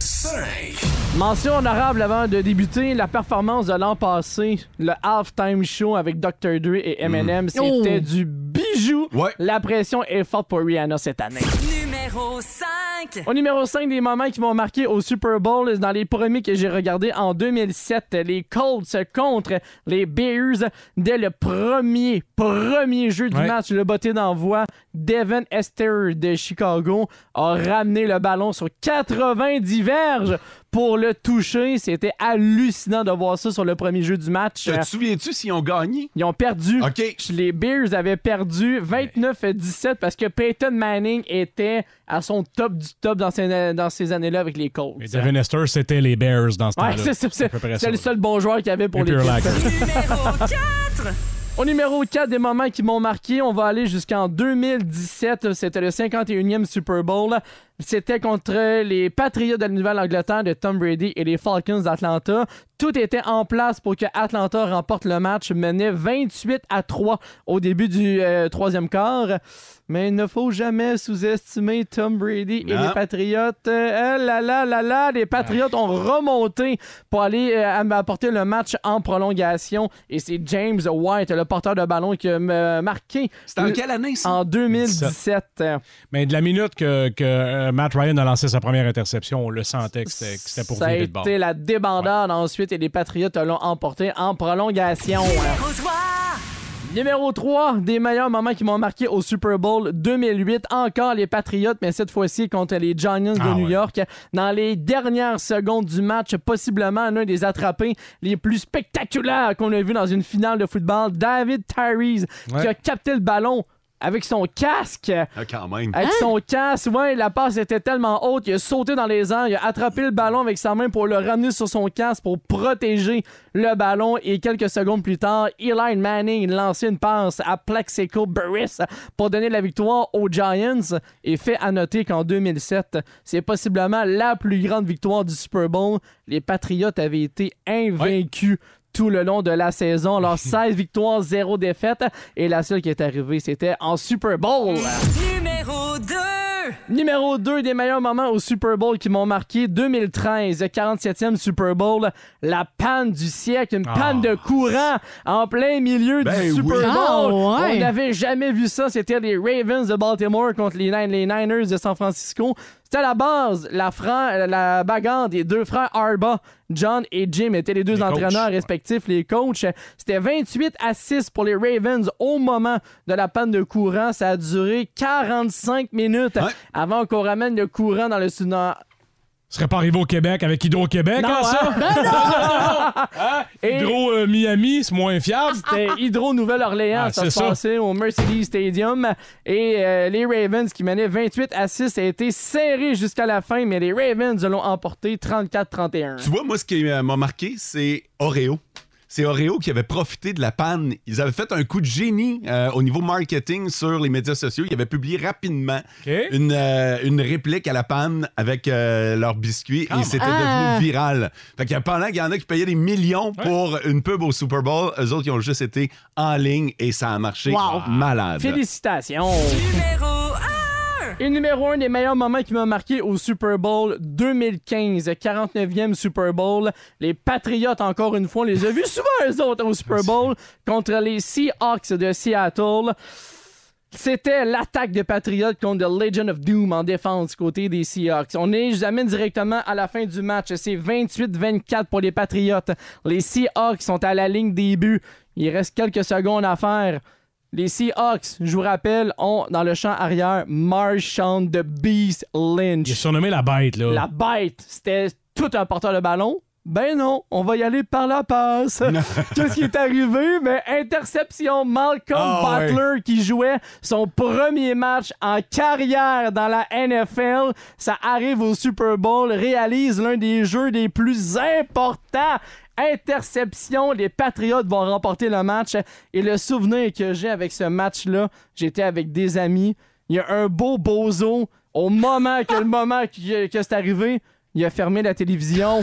5. Mention honorable avant de débuter, la performance de l'an passé, le halftime show avec Dr. Dre et Eminem, c'était Oh. du bijou. La pression est forte pour Rihanna cette année. Numéro 5. Au numéro 5 des moments qui m'ont marqué au Super Bowl, dans les premiers que j'ai regardés en 2007, les Colts contre les Bears. Dès le premier, premier jeu du Ouais. match, le botté d'envoi, Devin Esther de Chicago a ramené le ballon sur 90 verges pour le toucher. C'était hallucinant de voir ça sur le premier jeu du match. Te souviens-tu s'ils ont gagné? Ils ont perdu. Les Bears avaient perdu 29-17 parce que Peyton Manning était à son top du top dans ces, dans ces années-là avec les Colts. Et Devin Esther, c'était les Bears dans ce Ouais, temps-là. c'est ça, c'est- à peu près c'est ça, le là. seul bon joueur qu'il y avait pour Et les Pure Colts. Lager. Au numéro 4 des moments qui m'ont marqué, on va aller jusqu'en 2017. C'était le 51e Super Bowl. C'était contre les Patriots de la Nouvelle-Angleterre de Tom Brady et les Falcons d'Atlanta. Tout était en place pour que Atlanta remporte le match, menait 28 à 3 au début du euh, troisième quart. Mais il ne faut jamais sous-estimer Tom Brady et Non. Hein? les Patriotes. Euh, eh là là là là, les Patriotes Ah. ont remonté pour aller euh, am- apporter le match en prolongation. Et c'est James White, le porteur de ballon, qui a euh, marqué. C'était en quelle année, ça? En 2017. Mais de la minute que, que, euh, Matt Ryan a lancé sa première interception, on le sentait que c'était que c'était pour ça a virer de bord. été la débandade ensuite et les Patriotes l'ont emporté en prolongation. Numéro 3 des meilleurs moments qui m'ont marqué au Super Bowl 2008. Encore les Patriots, mais cette fois-ci contre les Giants de Ah New ouais. York. Dans les dernières secondes du match, possiblement l'un des attrapés les plus spectaculaires qu'on a vu dans une finale de football, David Tyrese, Ouais. qui a capté le ballon avec son casque. Ah, quand même. Avec son casque, ouais, la passe était tellement haute, il a sauté dans les airs, il a attrapé le ballon avec sa main pour le ramener sur son casque pour protéger le ballon. Et quelques secondes plus tard, Eli Manning lançait une passe à Plaxico Burris pour donner la victoire aux Giants. Et fait à noter qu'en 2007, c'est possiblement la plus grande victoire du Super Bowl. Les Patriots avaient été invaincus. Tout le long de la saison, leurs 16 victoires, 0 défaite. Et la seule qui est arrivée, c'était en Super Bowl. Numéro 2. Numéro 2 des meilleurs moments au Super Bowl qui m'ont marqué 2013, 47e Super Bowl, la panne du siècle, une panne de courant en plein milieu Ah. Ben du Super oui. Bowl. Ah ouais. On n'avait jamais vu ça, c'était les Ravens de Baltimore contre les, Nin- les Niners de San Francisco. C'était à la base, la, fran- la bagarre des deux frères Arba, John et Jim étaient les deux Les entraîneurs coachs. respectifs, les coachs. C'était 28 à 6 pour les Ravens au moment de la panne de courant. Ça a duré 45 minutes avant qu'on ramène le courant dans le sud serait pas arrivé au Québec avec Hydro-Québec, Non, hein, ça? hein? Ben non! Hein? Et- Ah, Hydro euh, Miami, c'est moins fiable. C'était Hydro Nouvelle-Orléans, Ah, ça c'est se ça. passait au Mercedes Stadium. Et euh, les Ravens qui menaient 28 à 6, ça a été serré jusqu'à la fin, mais les Ravens l'ont emporté 34-31. Tu vois, moi, ce qui euh, m'a marqué, c'est Oreo. c'est Oreo qui avait profité de la panne. Ils avaient fait un coup de génie euh, au niveau marketing sur les médias sociaux. Ils avaient publié rapidement une, euh, une réplique à la panne avec euh, leur biscuit et c'était Ah. devenu viral. Fait que pendant qu'il y en a qui payaient des millions pour une pub au Super Bowl, eux autres, ils ont juste été en ligne et ça a marché malade. Félicitations. Numéro 1. Et numéro un des meilleurs moments qui m'a marqué au Super Bowl 2015, 49e Super Bowl. Les Patriots, encore une fois, on les a vus souvent, eux autres, au Super Bowl, contre les Seahawks de Seattle. C'était l'attaque des Patriots contre The Legend of Doom en défense du côté des Seahawks. On est, je vous amène directement à la fin du match. C'est 28-24 pour les Patriots. Les Seahawks sont à la ligne des buts. Il reste quelques secondes à faire. Les Seahawks, je vous rappelle, ont dans le champ arrière Marshawn de Beast Lynch. Il est surnommé la bête, là. La bête, c'était tout un porteur de ballon. Ben non, on va y aller par la passe. Qu'est-ce qui est arrivé? Mais interception, Malcolm Ah, Butler qui jouait son premier match en carrière dans la NFL. Ça arrive au Super Bowl, réalise l'un des jeux les plus importants. Interception, les Patriotes vont remporter le match. Et le souvenir que j'ai avec ce match-là, j'étais avec des amis. Il y a un beau bozo. Au moment que le moment que, que c'est arrivé, il a fermé la télévision.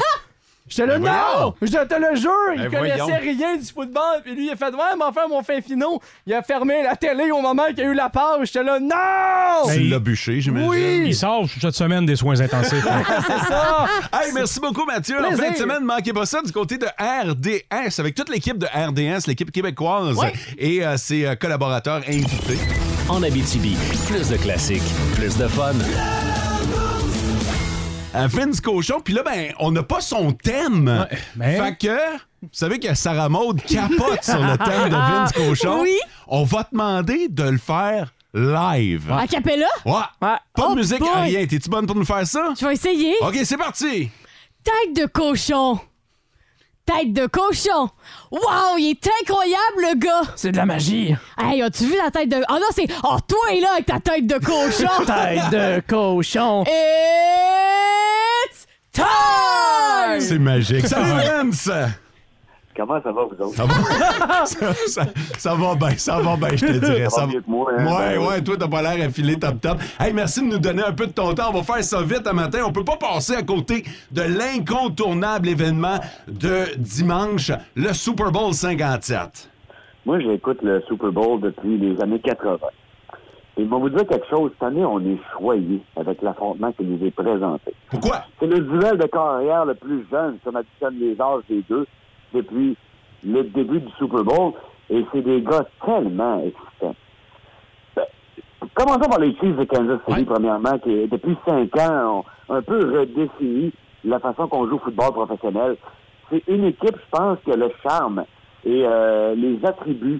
J'étais là, Ben non! voyons! Je te le jure! Il Ben connaissait voyons. rien du football. Puis lui, il a fait, ouais, mais enfin, mon fin finot, il a fermé la télé au moment qu'il y a eu la pause. J'étais là, Ben, non! Tu l'as bûché, j'imagine. Oui! Ben, Il sort cette semaine des soins intensifs. C'est ça! Hey, merci beaucoup, Mathieu. En Plaisir. fin de semaine, manquez pas ça du côté de RDS, avec toute l'équipe de RDS, l'équipe québécoise et euh, ses euh, collaborateurs invités. En Abitibi, plus de classiques, plus de fun. à Euh, Vince Cochon. Puis là, ben, on n'a pas son thème. Fait que, vous savez que Sarah Maud capote sur le thème de Vince Cochon. Oui. On va te demander de le faire live. A cappella? ben, Ouais. Pas Oh de musique, boy. rien. T'es-tu bonne pour nous faire ça? Je vais essayer. OK, c'est parti. Tête de cochon. Tête de cochon. Wow, il est incroyable, le gars. C'est de la magie. Hey, as-tu vu la tête de... Oh non, c'est... Oh, toi, là, avec ta tête de cochon. Tête de cochon. It's time! C'est magique. Salut, Vince! Comment ça va, vous autres? Ça va, ça, ça- ça va bien, ça va bien, je te dirais. Ça va mieux que moi, hein? Ouais, Ben oui. ouais, toi, t'as pas l'air affilé top top. Hey, merci de nous donner un peu de ton temps. On va faire ça vite un matin. On peut pas passer à côté de l'incontournable événement de dimanche, le Super Bowl 57. Moi, j'écoute le Super Bowl depuis les années 80. Et je vais vous dire quelque chose. Cette année, on est choyé avec l'affrontement qui nous est présenté. Pourquoi? C'est le duel de carrière le plus jeune, si on additionne les âges des deux, depuis le début du Super Bowl. Et c'est des gars tellement excitants. Ben, Commençons par les Chiefs de Kansas City, premièrement, qui, depuis cinq ans, ont un peu redéfini la façon qu'on joue au football professionnel. C'est une équipe, je pense, qui a le charme et euh, les attributs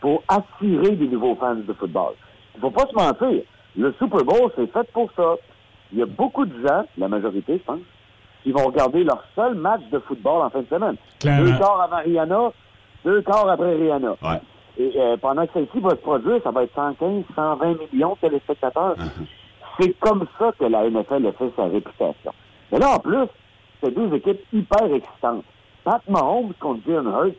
pour attirer des nouveaux fans de football. Il faut pas se mentir. Le Super Bowl, c'est fait pour ça. Il y a beaucoup de gens, la majorité, je pense, qui vont regarder leur seul match de football en fin de semaine. Clairement. Deux quarts avant Rihanna, deux quarts après Rihanna. Et euh, pendant que celle-ci va se produire, ça va être 115, 120 millions de téléspectateurs. C'est comme ça que la NFL a fait sa réputation. Mais là, en plus, c'est deux équipes hyper excitantes. Pat Mahomes contre Jalen Hurts,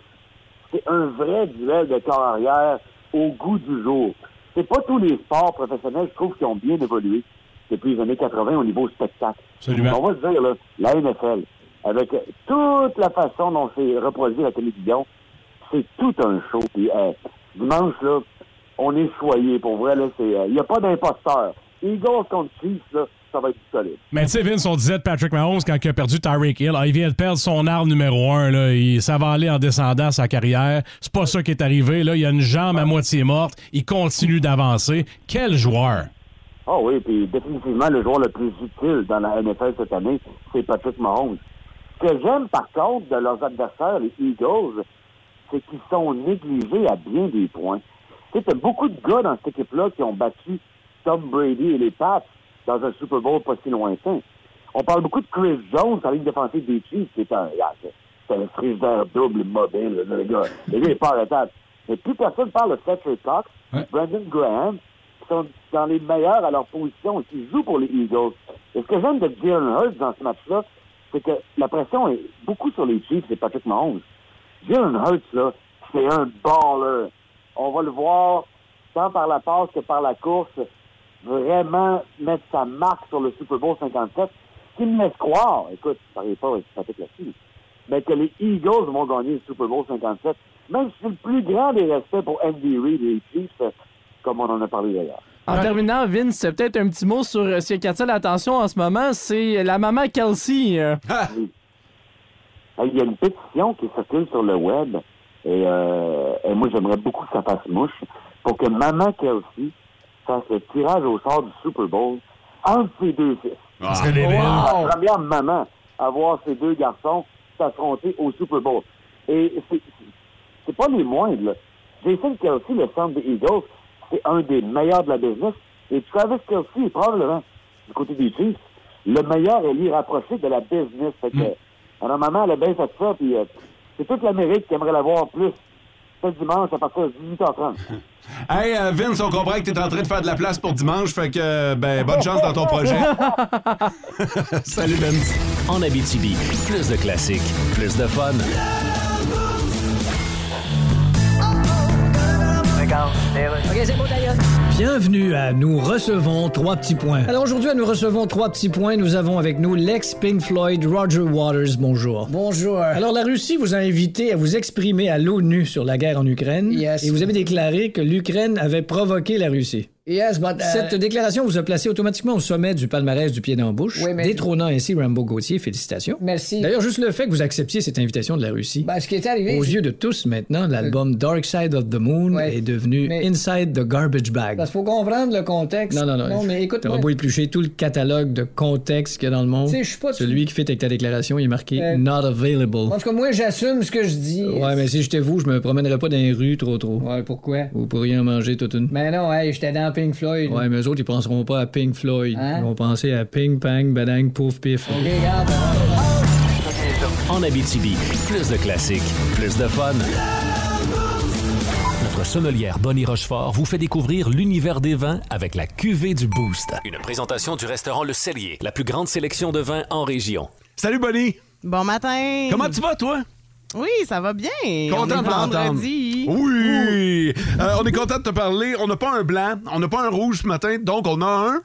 c'est un vrai duel de corps arrière au goût du jour. C'est pas tous les sports professionnels, je trouve, qui ont bien évolué depuis les années 80 au niveau spectacle. Absolument. On va se dire, là, la NFL, avec toute la façon dont c'est reproduit la télévision, c'est tout un show. Puis, euh, dimanche, là, on est choyé. Pour vrai, là, c'est, euh, il n'y a pas d'imposteur. Eagles contre Chiefs, là, ça va être solide. Mais tu sais, Vince, on disait de Patrick Mahomes quand il a perdu Tyreek Hill. Ah, il vient de perdre son arme numéro un. Là. Il, ça va aller en descendant sa carrière. C'est pas ça qui est arrivé. Là. Il a une jambe à moitié morte. Il continue d'avancer. Quel joueur! Ah oui, puis définitivement, le joueur le plus utile dans la NFL cette année, c'est Patrick Mahomes. Ce que j'aime, par contre, de leurs adversaires, les Eagles, c'est qu'ils sont négligés à bien des points. Tu sais, t'as beaucoup de gars dans cette équipe-là qui ont battu Tom Brady et les Pats dans un Super Bowl pas si lointain. On parle beaucoup de Chris Jones en ligne défensive des Chiefs, qui est un, ah, c'est- c'est un frigidaire double mobile, le gars. Le gars est pas arrêtable. Mais plus personne parle de Fletcher Cox, Brandon Graham, qui sont dans les meilleurs à leur position et qui jouent pour les Eagles. Et ce que j'aime de Jalen Hurts dans ce match-là, c'est que la pression est beaucoup sur les Chiefs et Patrick Mahomes. Jalen Hurts, là, c'est un baller. On va le voir tant par la passe que par la course vraiment mettre sa marque sur le Super Bowl 57, qui me laisse croire, écoute, je ne pas sympathique là-dessus, mais que les Eagles vont gagner le Super Bowl 57, même si c'est le plus grand des respects pour Andy Reid et les Chiefs, euh, comme on en a parlé d'ailleurs. En terminant, Vince, c'est peut-être un petit mot sur euh, ce qui attire l'attention en ce moment, c'est la maman Kelsey. euh. Hey, Il y a une pétition qui circule sur le web et, euh, et moi j'aimerais beaucoup que ça fasse mouche pour que Maman Kelsey fasse le tirage au sort du Super Bowl entre ses deux fils. Ah. Parce qu'elle est belle. Wow. La première maman à voir ses deux garçons s'affronter au Super Bowl. Et c'est- c'est pas les moindres. Là. Jason Kelsey, le centre des Eagles, c'est un des meilleurs de la business. Et Travis Kelsey est probablement, du côté des Chiefs, le meilleur à lui rapproché de la business. Fait que, euh, alors, maman, elle est bien satisfaite. Puis, euh, c'est toute l'Amérique qui aimerait la voir plus. Ce dimanche, à partir de 18h30. Hey, euh, Vince, on comprend que t'es en train de faire de la place pour dimanche, fait que, euh, ben, bonne chance dans ton projet. Salut, Ben. Vince. En Abitibi, plus de classiques, plus de fun. OK, c'est bon, ta gueule. Bienvenue à Nous recevons trois petits points. Alors aujourd'hui, à Nous recevons trois petits points, nous avons avec nous l'ex-Pink Floyd Roger Waters. Bonjour. Bonjour. Alors la Russie vous a invité à vous exprimer à l'ONU sur la guerre en Ukraine. Yes. Et vous avez déclaré que l'Ukraine avait provoqué la Russie. Yes, but... euh, Cette déclaration vous a placé automatiquement au sommet du palmarès du pied dans la bouche, Oui, mais- détrônant ainsi Rambo Gauthier. Félicitations. Merci. D'ailleurs, juste le fait que vous acceptiez cette invitation de la Russie, Ben, ce qui est arrivé... aux c'est- Euh. yeux de tous maintenant, l'album Dark Side of the Moon est devenu mais- Inside the Garbage Bag. Parce qu'il faut comprendre le contexte. Non, non, non. Non, mais écoute... T'auras beau éplucher tout le catalogue de contexte qu'il y a dans le monde. Tu sais, je suis pas- Celui qui fait avec ta déclaration, il est marqué Euh, Not available. En tout cas, moi, j'assume ce que je dis. Ouais, mais si j'étais vous, je me promènerais pas dans les rues trop trop. Ouais, pourquoi? Vous pourriez en manger toute une. Mais non, hey, j'étais dans Pink Floyd. Ouais, mais eux autres, ils penseront pas à Pink Floyd. Hein? Ils vont penser à Ping Pang, Badang, Pouf Pif. OK, regarde. En Abitibi, plus de classiques, plus de fun. Notre sommelière Bonnie Rochefort vous fait découvrir l'univers des vins avec la cuvée du Boost. Une présentation du restaurant Le Cellier, la plus grande sélection de vins en région. Salut, Bonnie. Bon matin. Comment tu vas, toi? Oui, ça va bien. Content On est de l'entendre. vendredi. Oui. Euh, on est content de te parler. On n'a pas un blanc, on n'a pas un rouge ce matin, donc on a un.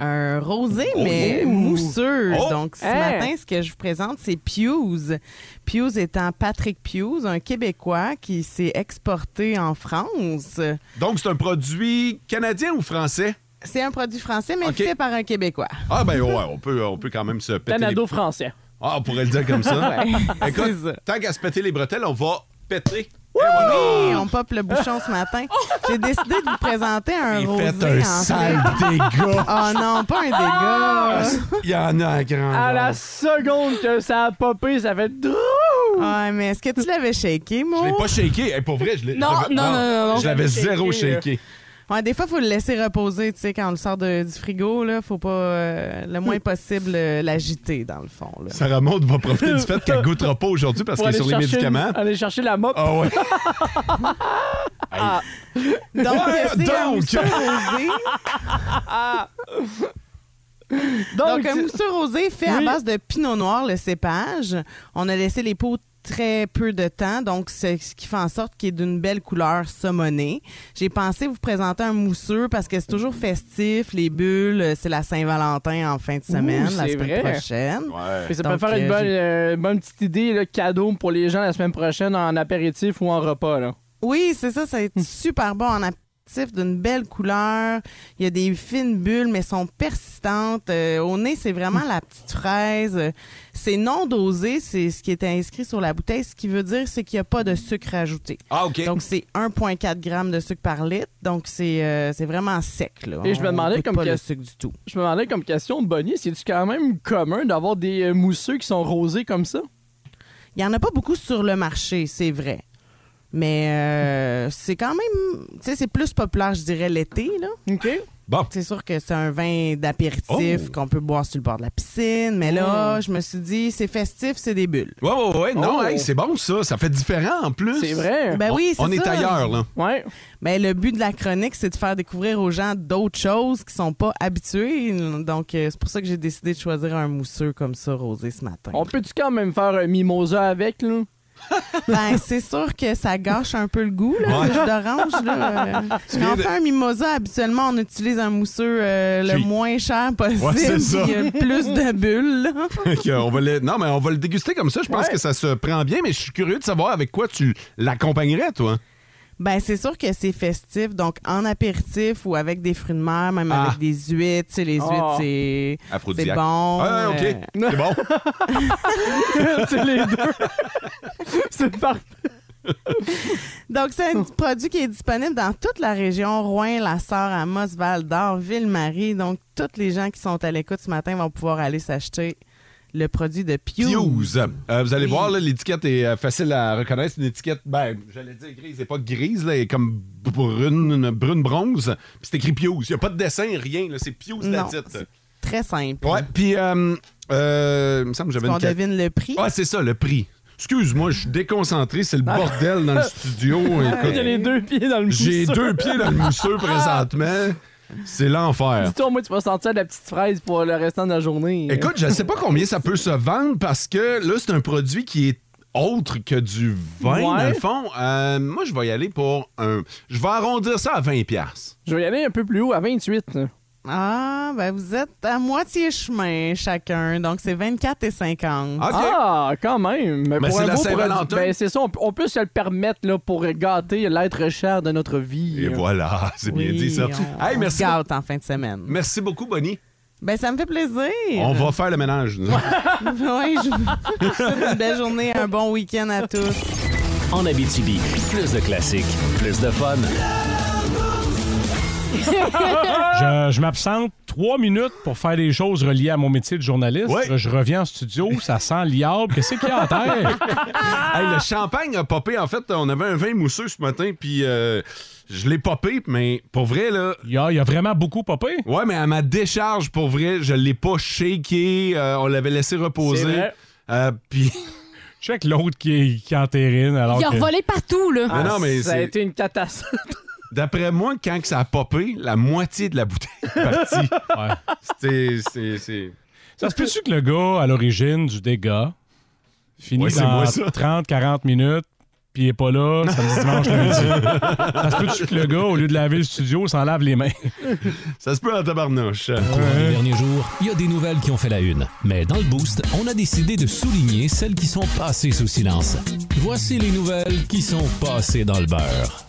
Un rosé, mais Oh. mousseux. Oh. Donc, ce Hein? matin, ce que je vous présente, c'est Pew's. Pew's étant Patrick Pew's, un Québécois qui s'est exporté en France. Donc, c'est un produit canadien ou français? C'est un produit français, mais OK. fait par un Québécois. Ah, ben ouais, on peut, on peut quand même se péter. les- français. Ah, on pourrait le dire comme ça. Ouais. Écoute, tant qu'à se péter les bretelles, on va péter. Eh Oui, on pop le bouchon ce matin. J'ai décidé de vous présenter un Il rosé fait un en sale fait. dégât. Ah non, pas un Ah, dégât. Il y en a un grand. À Ah, la seconde que ça a popé, ça fait drôle. Ouais, mais est-ce que tu l'avais shaké, moi? Je l'ai pas shaké. Eh, pour vrai, je l'ai. Non, je l'avais- non, non, non, non. Je l'avais Shaké, zéro là. shaké. Ouais, des fois, faut le laisser reposer, tu sais, quand on le sort de- du frigo, là, faut pas euh, le Hmm. moins possible euh, l'agiter, dans le fond. Là. Sarah Maud va profiter du fait qu'elle goûtera pas aujourd'hui parce Pour qu'elle est aller sur les chercher une- médicaments. aller chercher la mop. Ah ouais. Ah. Donc, Ouais, c'est un donc. mousseux rosé. Donc, un tu- mousseux rosé fait à Oui. base de pinot noir, le cépage. On a laissé les peaux très peu de temps, donc c'est ce qui fait en sorte qu'il est d'une belle couleur saumonée. J'ai pensé vous présenter un mousseux parce que c'est toujours festif, les bulles, euh, c'est la Saint-Valentin en fin de semaine, Ouh, la c'est semaine vrai. prochaine. Puis ça peut Donc, faire une euh, bonne, j'ai- euh, bonne petite idée, là, cadeau pour les gens la semaine prochaine en apéritif ou en repas. Là. Oui, c'est ça, ça va Hmm. être super bon en apéritif, d'une belle couleur. Il y a des fines bulles, mais sont persistantes. Euh, au nez, c'est vraiment Hmm. la petite fraise. Euh, C'est non dosé, c'est ce qui est inscrit sur la bouteille, ce qui veut dire c'est qu'il n'y a pas de sucre ajouté. Ah, OK. Donc, c'est 1,4 g de sucre par litre. Donc, c'est euh, c'est vraiment sec. Là. Et je me On demandais goûte comme pas le que- sucre du tout. Je me demandais comme question, Bonnie, c'est-tu quand même commun d'avoir des euh, mousseux qui sont rosés comme ça? Il n'y en a pas beaucoup sur le marché, c'est vrai. Mais euh, c'est quand même, tu sais, c'est plus populaire, je dirais, l'été, là. OK. Bon. Oh. C'est sûr que c'est un vin d'apéritif qu'on peut boire sur le bord de la piscine, mais là, je me suis dit, c'est festif, c'est des bulles. Ouais, ouais, ouais. Non, Oh. hey, c'est bon, ça. Ça fait différent en plus. Ben On- oui, c'est On est ça. ailleurs, là. Ouais. Ben, le but de la chronique, c'est de faire découvrir aux gens d'autres choses qui sont pas habitués. Donc, euh, c'est pour ça que j'ai décidé de choisir un mousseux comme ça, rosé, ce matin. On peut-tu quand même faire un mimosa avec, là? Ben, c'est sûr que ça gâche un peu le goût, là, Ouais. le jus d'orange. là. Tu Mais viens on de- fait un mimosa, habituellement, on utilise un mousseux euh, le Cheap. moins cher possible. Ouais, c'est ça. puis, euh, plus de bulles. là. Ok, on va le... Non, mais on va le déguster comme ça. Je pense Ouais. que ça se prend bien, mais je suis curieux de savoir avec quoi tu l'accompagnerais, toi. Ben, c'est sûr que c'est festif, donc en apéritif ou avec des fruits de mer, même Ah. avec des huîtres. Tu sais, les Oh. huîtres, c'est. Aphrodisiaque. C'est bon. euh, Ah, ok. C'est bon. c'est les deux. c'est parfait. Donc, c'est un produit qui est disponible dans toute la région, Rouen, La Sarre, Amos, Val-d'Or, Ville-Marie. Donc, tous les gens qui sont à l'écoute ce matin vont pouvoir aller s'acheter le produit de Pew. Pews. Euh, vous allez voir, là, l'étiquette est euh, facile à reconnaître. C'est une étiquette, ben, j'allais dire grise, elle est pas grise, là, elle est comme brune, brune bronze. Puis c'est écrit Pews. Il n'y a pas de dessin, rien. là, C'est Pews la Non, titre. Très simple. Ouais, puis, euh, euh, il me semble que Est-ce j'avais une qu'on quête- devine le prix? Ouais, c'est ça, le prix. Excuse-moi, je suis déconcentré, c'est le bordel dans le studio. Écoute, J'ai les deux pieds dans le mousseux. J'ai deux pieds dans le mousseux présentement. Ah. C'est l'enfer. Dis-toi, moi, tu vas sentir la petite fraise pour le restant de la journée. hein. Écoute, je sais pas combien ça peut se vendre parce que là, c'est un produit qui est autre que du vin, Ouais. dans le fond. Euh, moi, je vais y aller pour un... Je vais arrondir ça à 20$. piastres. Je vais y aller un peu plus haut, à 28. Ah, ben vous êtes à moitié chemin chacun, donc c'est 24 et 50. Ah, quand même. Mais Ben, pour c'est un la beau produit- Saint-Valentin. Ben, c'est ça, on, peut- on peut se le permettre là, pour gâter l'être cher de notre vie. hein. Et voilà, c'est bien Oui, dit ça. on- Hey, on merci, se gâte en fin de semaine. merci beaucoup, Bonnie. Ben ça me fait plaisir. On va faire le ménage. nous. oui, je je vous souhaite une belle journée, un bon week-end à tous. En Abitibi, plus de classiques, plus de fun. Je, je m'absente trois minutes pour faire des choses reliées à mon métier de journaliste. Je reviens en studio, ça sent liable. Qu'est-ce qu'il y a à terre? Ah! Hey, le champagne a popé. En fait, on avait un vin mousseux ce matin, puis euh, je l'ai popé, mais pour vrai, là. Il y a, vraiment beaucoup popé. Ouais, mais à ma décharge, pour vrai, je l'ai pas shaké. euh, on l'avait laissé reposer. C'est vrai. Euh, puis. Check l'autre qui, qui entérine. Alors Il a que- revolé partout, là. Ah, Mais non, mais Ah, ça a c'est- été une catastrophe. D'après moi, quand que ça a popé, la moitié de la bouteille est partie. C'était- c'est- c'est- Ça se peut-tu que le gars, à l'origine du dégât, finit Ouais, c'est dans moi, ça. 30-40 minutes, puis il est pas là, samedi, dimanche, lundi? Ça se peut-tu que le gars, au lieu de laver le studio, s'en lave les mains? Ça se peut en tabarnouche. Au cours des derniers jours, il y a des nouvelles qui ont fait la une. Mais dans le Boost, on a décidé de souligner celles qui sont passées sous silence. Voici les nouvelles qui sont passées dans le beurre.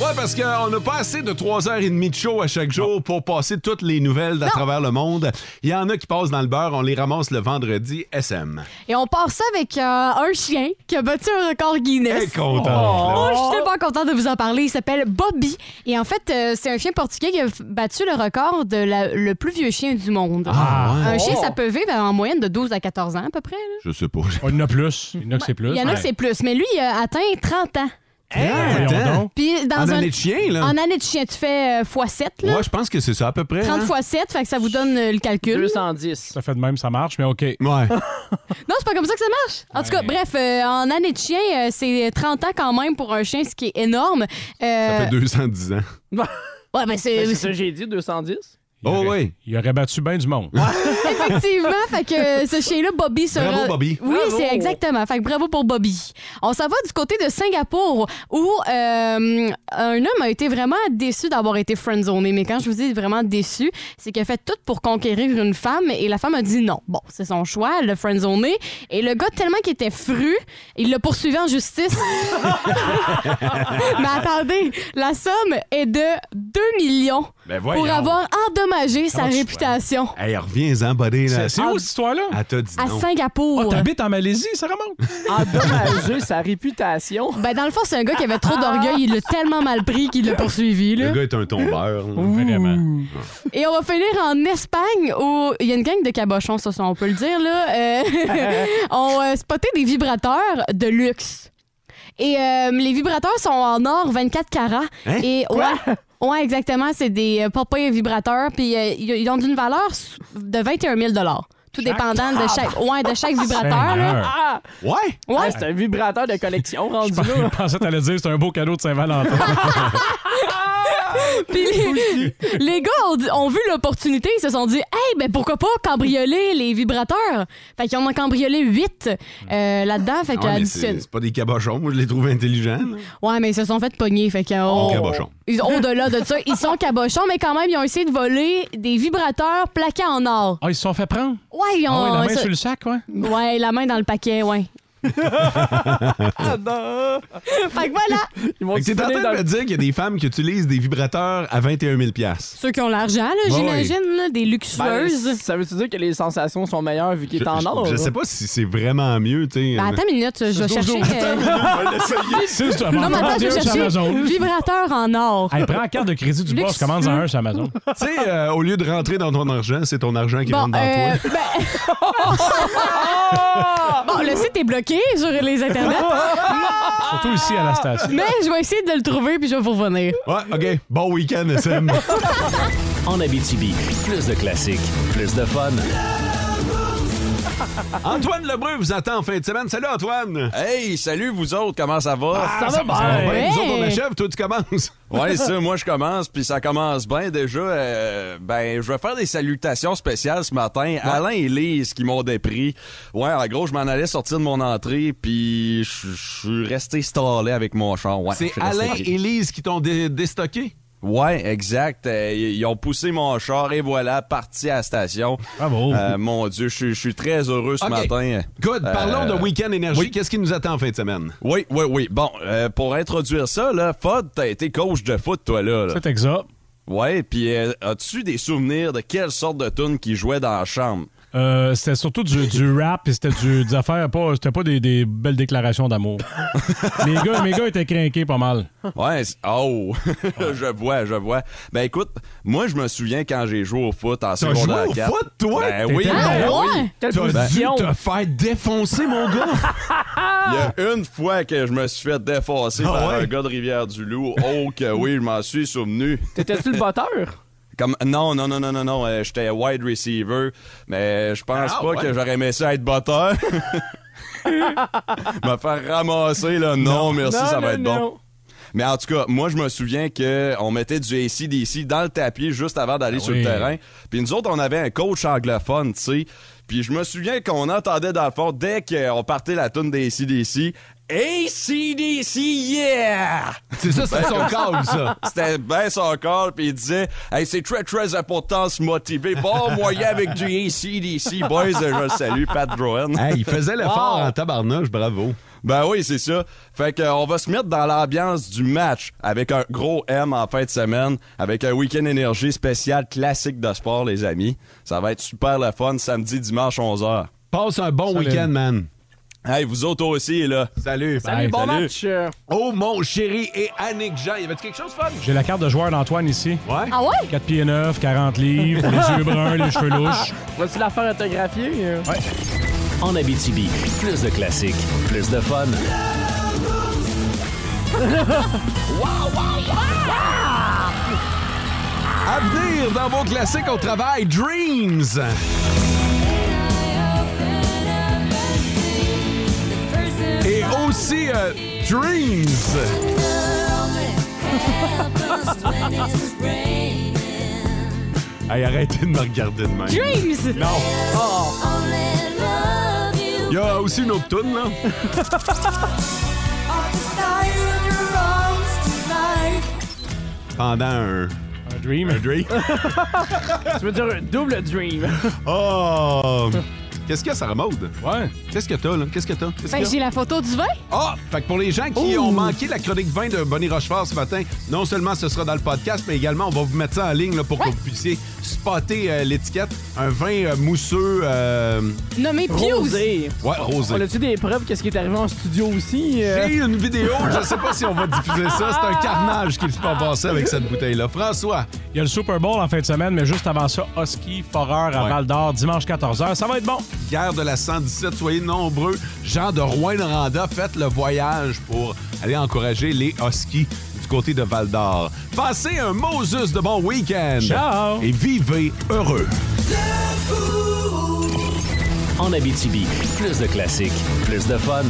Ouais, parce qu'on a pas assez de 3h30 de show à chaque jour pour passer toutes les nouvelles d'à travers le monde. Il y en a qui passent dans le beurre, on les ramasse le vendredi SM. Et on part ça avec euh, un chien qui a battu un record Guinness. Elle est contente, là. Oh, je suis tellement contente de vous en parler. Il s'appelle Bobby. Et en fait, euh, c'est un chien portugais qui a f- battu le record de la- le plus vieux chien du monde. Ah, ouais. Un chien, Oh. ça peut vivre en moyenne de 12 à 14 ans à peu près. là. Je sais pas. Il y en a plus. Il y en a que c'est plus. Il y en a que c'est plus. Mais lui, il a atteint 30 ans. Voyons donc. Puis dans Eh, En un- année de chien, là. En année de chien, tu fais x7, là. Ouais, je pense que c'est ça à peu près. 30 hein. fois 7, fait que ça vous donne euh, le calcul. 210. Ça fait de même, ça marche, mais OK. Ouais. Non, c'est pas comme ça que ça marche. En tout cas, bref, euh, en année de chien, euh, c'est 30 ans quand même pour un chien, ce qui est énorme. Ça Euh, fait 210 ans. Ouais, mais Ben, c'est. c'est ça que j'ai dit, 210. Oh oui. Il aurait battu bien du monde. Effectivement, fait que euh, ce chien-là, Bobby sera. Bravo, Bobby. Oui, Bravo. c'est exactement. Fait que bravo pour Bobby. On s'en va du côté de Singapour où euh, un homme a été vraiment déçu d'avoir été friendzoné. Mais quand je vous dis vraiment déçu, c'est qu'il a fait tout pour conquérir une femme et la femme a dit non. Bon, c'est son choix, elle l'a friendzoné. Et le gars, tellement qu'il était fru, il l'a poursuivi en justice. Mais attendez, la somme est de 2 millions Ben voyons. pour avoir endommagé Comment sa tu- réputation. Hey, reviens-en, buddy. là. C'est- c'est où, cette histoire-là? Elle t'a dit À non. Singapour. Ah, T'habites Ah, en Malaisie, ça remonte. Endommager Ah, sa réputation. Ben, dans le fond, c'est un gars qui avait trop d'orgueil. Il l'a tellement mal pris qu'il l'a poursuivi. Là. Le gars est un tombeur. là. Vraiment. Et on va finir en Espagne où il y a une gang de cabochons, ça, ça, on peut le dire. là. Euh, ont euh, spoté des vibrateurs de luxe. Et euh, les vibrateurs sont en or 24 carats. Hein? Et Quoi? ouais, ouais, exactement. C'est des euh, pas pires vibrateurs. Puis euh, ils ils ont d'une valeur sou- de 21 000 Tout dépendant de chaque, ouais, de chaque vibrateur. là. Seigneur. Ah! Ouais? Ouais. c'est un vibrateur de collection rendu Je là. pensais que t'allais dire c'est un beau cadeau de Saint-Valentin. Puis les, les gars ont, dit- ont vu l'opportunité, ils se sont dit Hey, ben pourquoi pas cambrioler les vibrateurs? Fait qu'ils en ont cambriolé 8 là-dedans. Fait Ah ouais, mais qu'à c'est c'est pas des cabochons, moi je les trouve intelligents. là. Ouais, mais ils se sont fait pogner. Fait que, oh, cabochons. ils- Au-delà de ça, ils sont cabochons, mais quand même, ils ont essayé de voler des vibrateurs plaqués en or. Ah, ils se sont fait prendre? Ouais, ils Ah ont. ouais, la main ça- sur le sac, ouais? Ouais, la main dans le paquet, ouais. fait que voilà, Fait que T'es en train de me dire qu'il y a des femmes qui utilisent des vibrateurs à 21 000 piastres. ceux qui ont l'argent, là, Ouais, j'imagine, là, des Bah Ben, luxueuses. ça veut-tu dire que les sensations sont meilleures vu qu'il est en or? Je sais pas si c'est vraiment mieux, tu sais. Ben, attends une minute, je vais chercher. euh, non, mais attends, je vais chercher vibrateur en or. Elle prends la carte de crédit du boss, Luxueux. commande en un sur Amazon. Tu sais, euh, au lieu de rentrer dans ton argent, c'est ton argent qui rentre dans euh, toi. ben- bon, le site est bloqué sur les internets. Surtout ici à la station. Mais je vais essayer de le trouver puis je vais vous revenir. Ouais, OK. Bon week-end, SM. En Abitibi, plus de classiques, plus de fun. Antoine Lebreu vous attend en fin de semaine. Salut, Antoine. Hey, salut vous autres, comment ça va? Ah, ça va bien. Nous autres, on achève, toi, tu commences. Ouais, ça, moi, je commence, puis ça commence bien. Déjà, euh, ben, je vais faire des salutations spéciales ce matin. Alain et Lise qui m'ont dépris. Ouais, en gros, je m'en allais sortir de mon entrée, puis je je suis resté stallé avec mon char. Ouais, je c'est suis resté Alain pris. et Lise qui t'ont dé- déstocké. Ouais, exact. Euh, Ils ils ont poussé mon char et voilà, parti à la station. Bravo. mon Dieu, je suis- je suis très heureux ce OK. matin. Good. Parlons de Week-end Énergie. Qu'est-ce qui nous attend en fin de semaine? Oui, oui, oui. Bon, euh, pour introduire ça, là, Fod, t'as été coach de foot, toi, là. là. C'est exact. Ouais, puis euh, as-tu des souvenirs de quelle sorte de tune qui jouait dans la chambre? Euh, c'était surtout du, du rap et c'était du- des affaires, pas, c'était pas des, des belles déclarations d'amour. mes, gars, mes gars étaient craqués pas mal. Ouais, c'est- oh, je vois, je vois. Ben écoute, moi je me souviens quand j'ai joué au foot en T'as joué secondaire au 4. foot, toi? Ben T'étais oui, ben bon. oui. T'as Ben, dû te faire défoncer, mon gars. Il y a une fois que je me suis fait défoncer Ah par ouais? un gars de Rivière-du-Loup. Oh que oui, je m'en suis souvenu. T'étais-tu le botteur? Comme, non, non, non, non, non, non. euh, J'étais wide receiver, mais je pense Ah, pas ouais. que j'aurais aimé ça être batteur. me faire ramasser, là. Non. Non, merci, Non, ça non, va être non. bon. Mais en tout cas, moi, je me souviens qu'on mettait du ACDC dans le tapis juste avant d'aller sur Ah oui. le terrain. Puis nous autres, on avait un coach anglophone, tu sais. Puis je me souviens qu'on entendait dans le fond, dès qu'on partait la toune des ACDC, ACDC, yeah! C'est ça, c'était Ben, son call, ça. C'était ben son call, puis il disait, hey, c'est très, très important de se motiver. Bon moyen avec du ACDC, boys, je le salue, Pat Broen. Hey, il faisait l'effort Wow. en tabarnouche, bravo. Ben oui, c'est ça. Fait que, euh, on va se mettre dans l'ambiance du match avec un gros M en fin de semaine, avec un week-end énergie spécial classique de sport, les amis. Ça va être super le fun samedi, dimanche, 11h. Passe un bon week-end, man. Hey, vous autres aussi, là. Salut. Salut, bon match! euh, Oh, mon chéri et Annick Jean. Y avait quelque chose de fun? J'ai la carte de joueur d'Antoine ici. Ouais? Ah ouais? 4 pieds 9, 40 livres, les yeux bruns, les cheveux louches. Vas-tu la faire autographier? euh? En Abitibi, plus de classiques, plus de fun. À venir dans vos classiques au travail, Dreams. Et aussi euh, Dreams. Hey, arrêtez de me regarder de même. Dreams! Non. Il y a aussi une autre toune, là. Pendant un... Un dream. Un dream. tu veux dire un double dream? oh! Qu'est-ce qu'il y a, Sarah Maud? Ouais. Qu'est-ce que t'as, là? Qu'est-ce que t'as? Qu'est-ce Ben, qu'il y a? j'ai la photo du vin. Ah! Fait que pour les gens qui ont manqué la chronique 20 de Bonnie Rochefort ce matin, non seulement ce sera dans le podcast, mais également on va vous mettre ça en ligne là, pour que vous puissiez spotter euh, l'étiquette. Un vin euh, mousseux. euh, Nommé Pius. Rosé. Ouais, rosé. On a-tu des preuves qu'est-ce qui est arrivé en studio aussi? euh? J'ai une vidéo, je sais pas si on va diffuser ça. C'est un carnage qui se passe passer avec cette bouteille-là. François, Il y a le Super Bowl en fin de semaine, mais juste avant ça, Husky, Foreur à Ouais. Val d'Or, dimanche 14h. Ça va être bon. guerre de la 117, soyez nombreux. Jean de Rouen-Noranda, faites le voyage pour aller encourager les Huskies du côté de Val d'Or. Passez un Moses de bon week-end. Ciao. Et vivez heureux. En Abitibi, plus de classiques, plus de fun.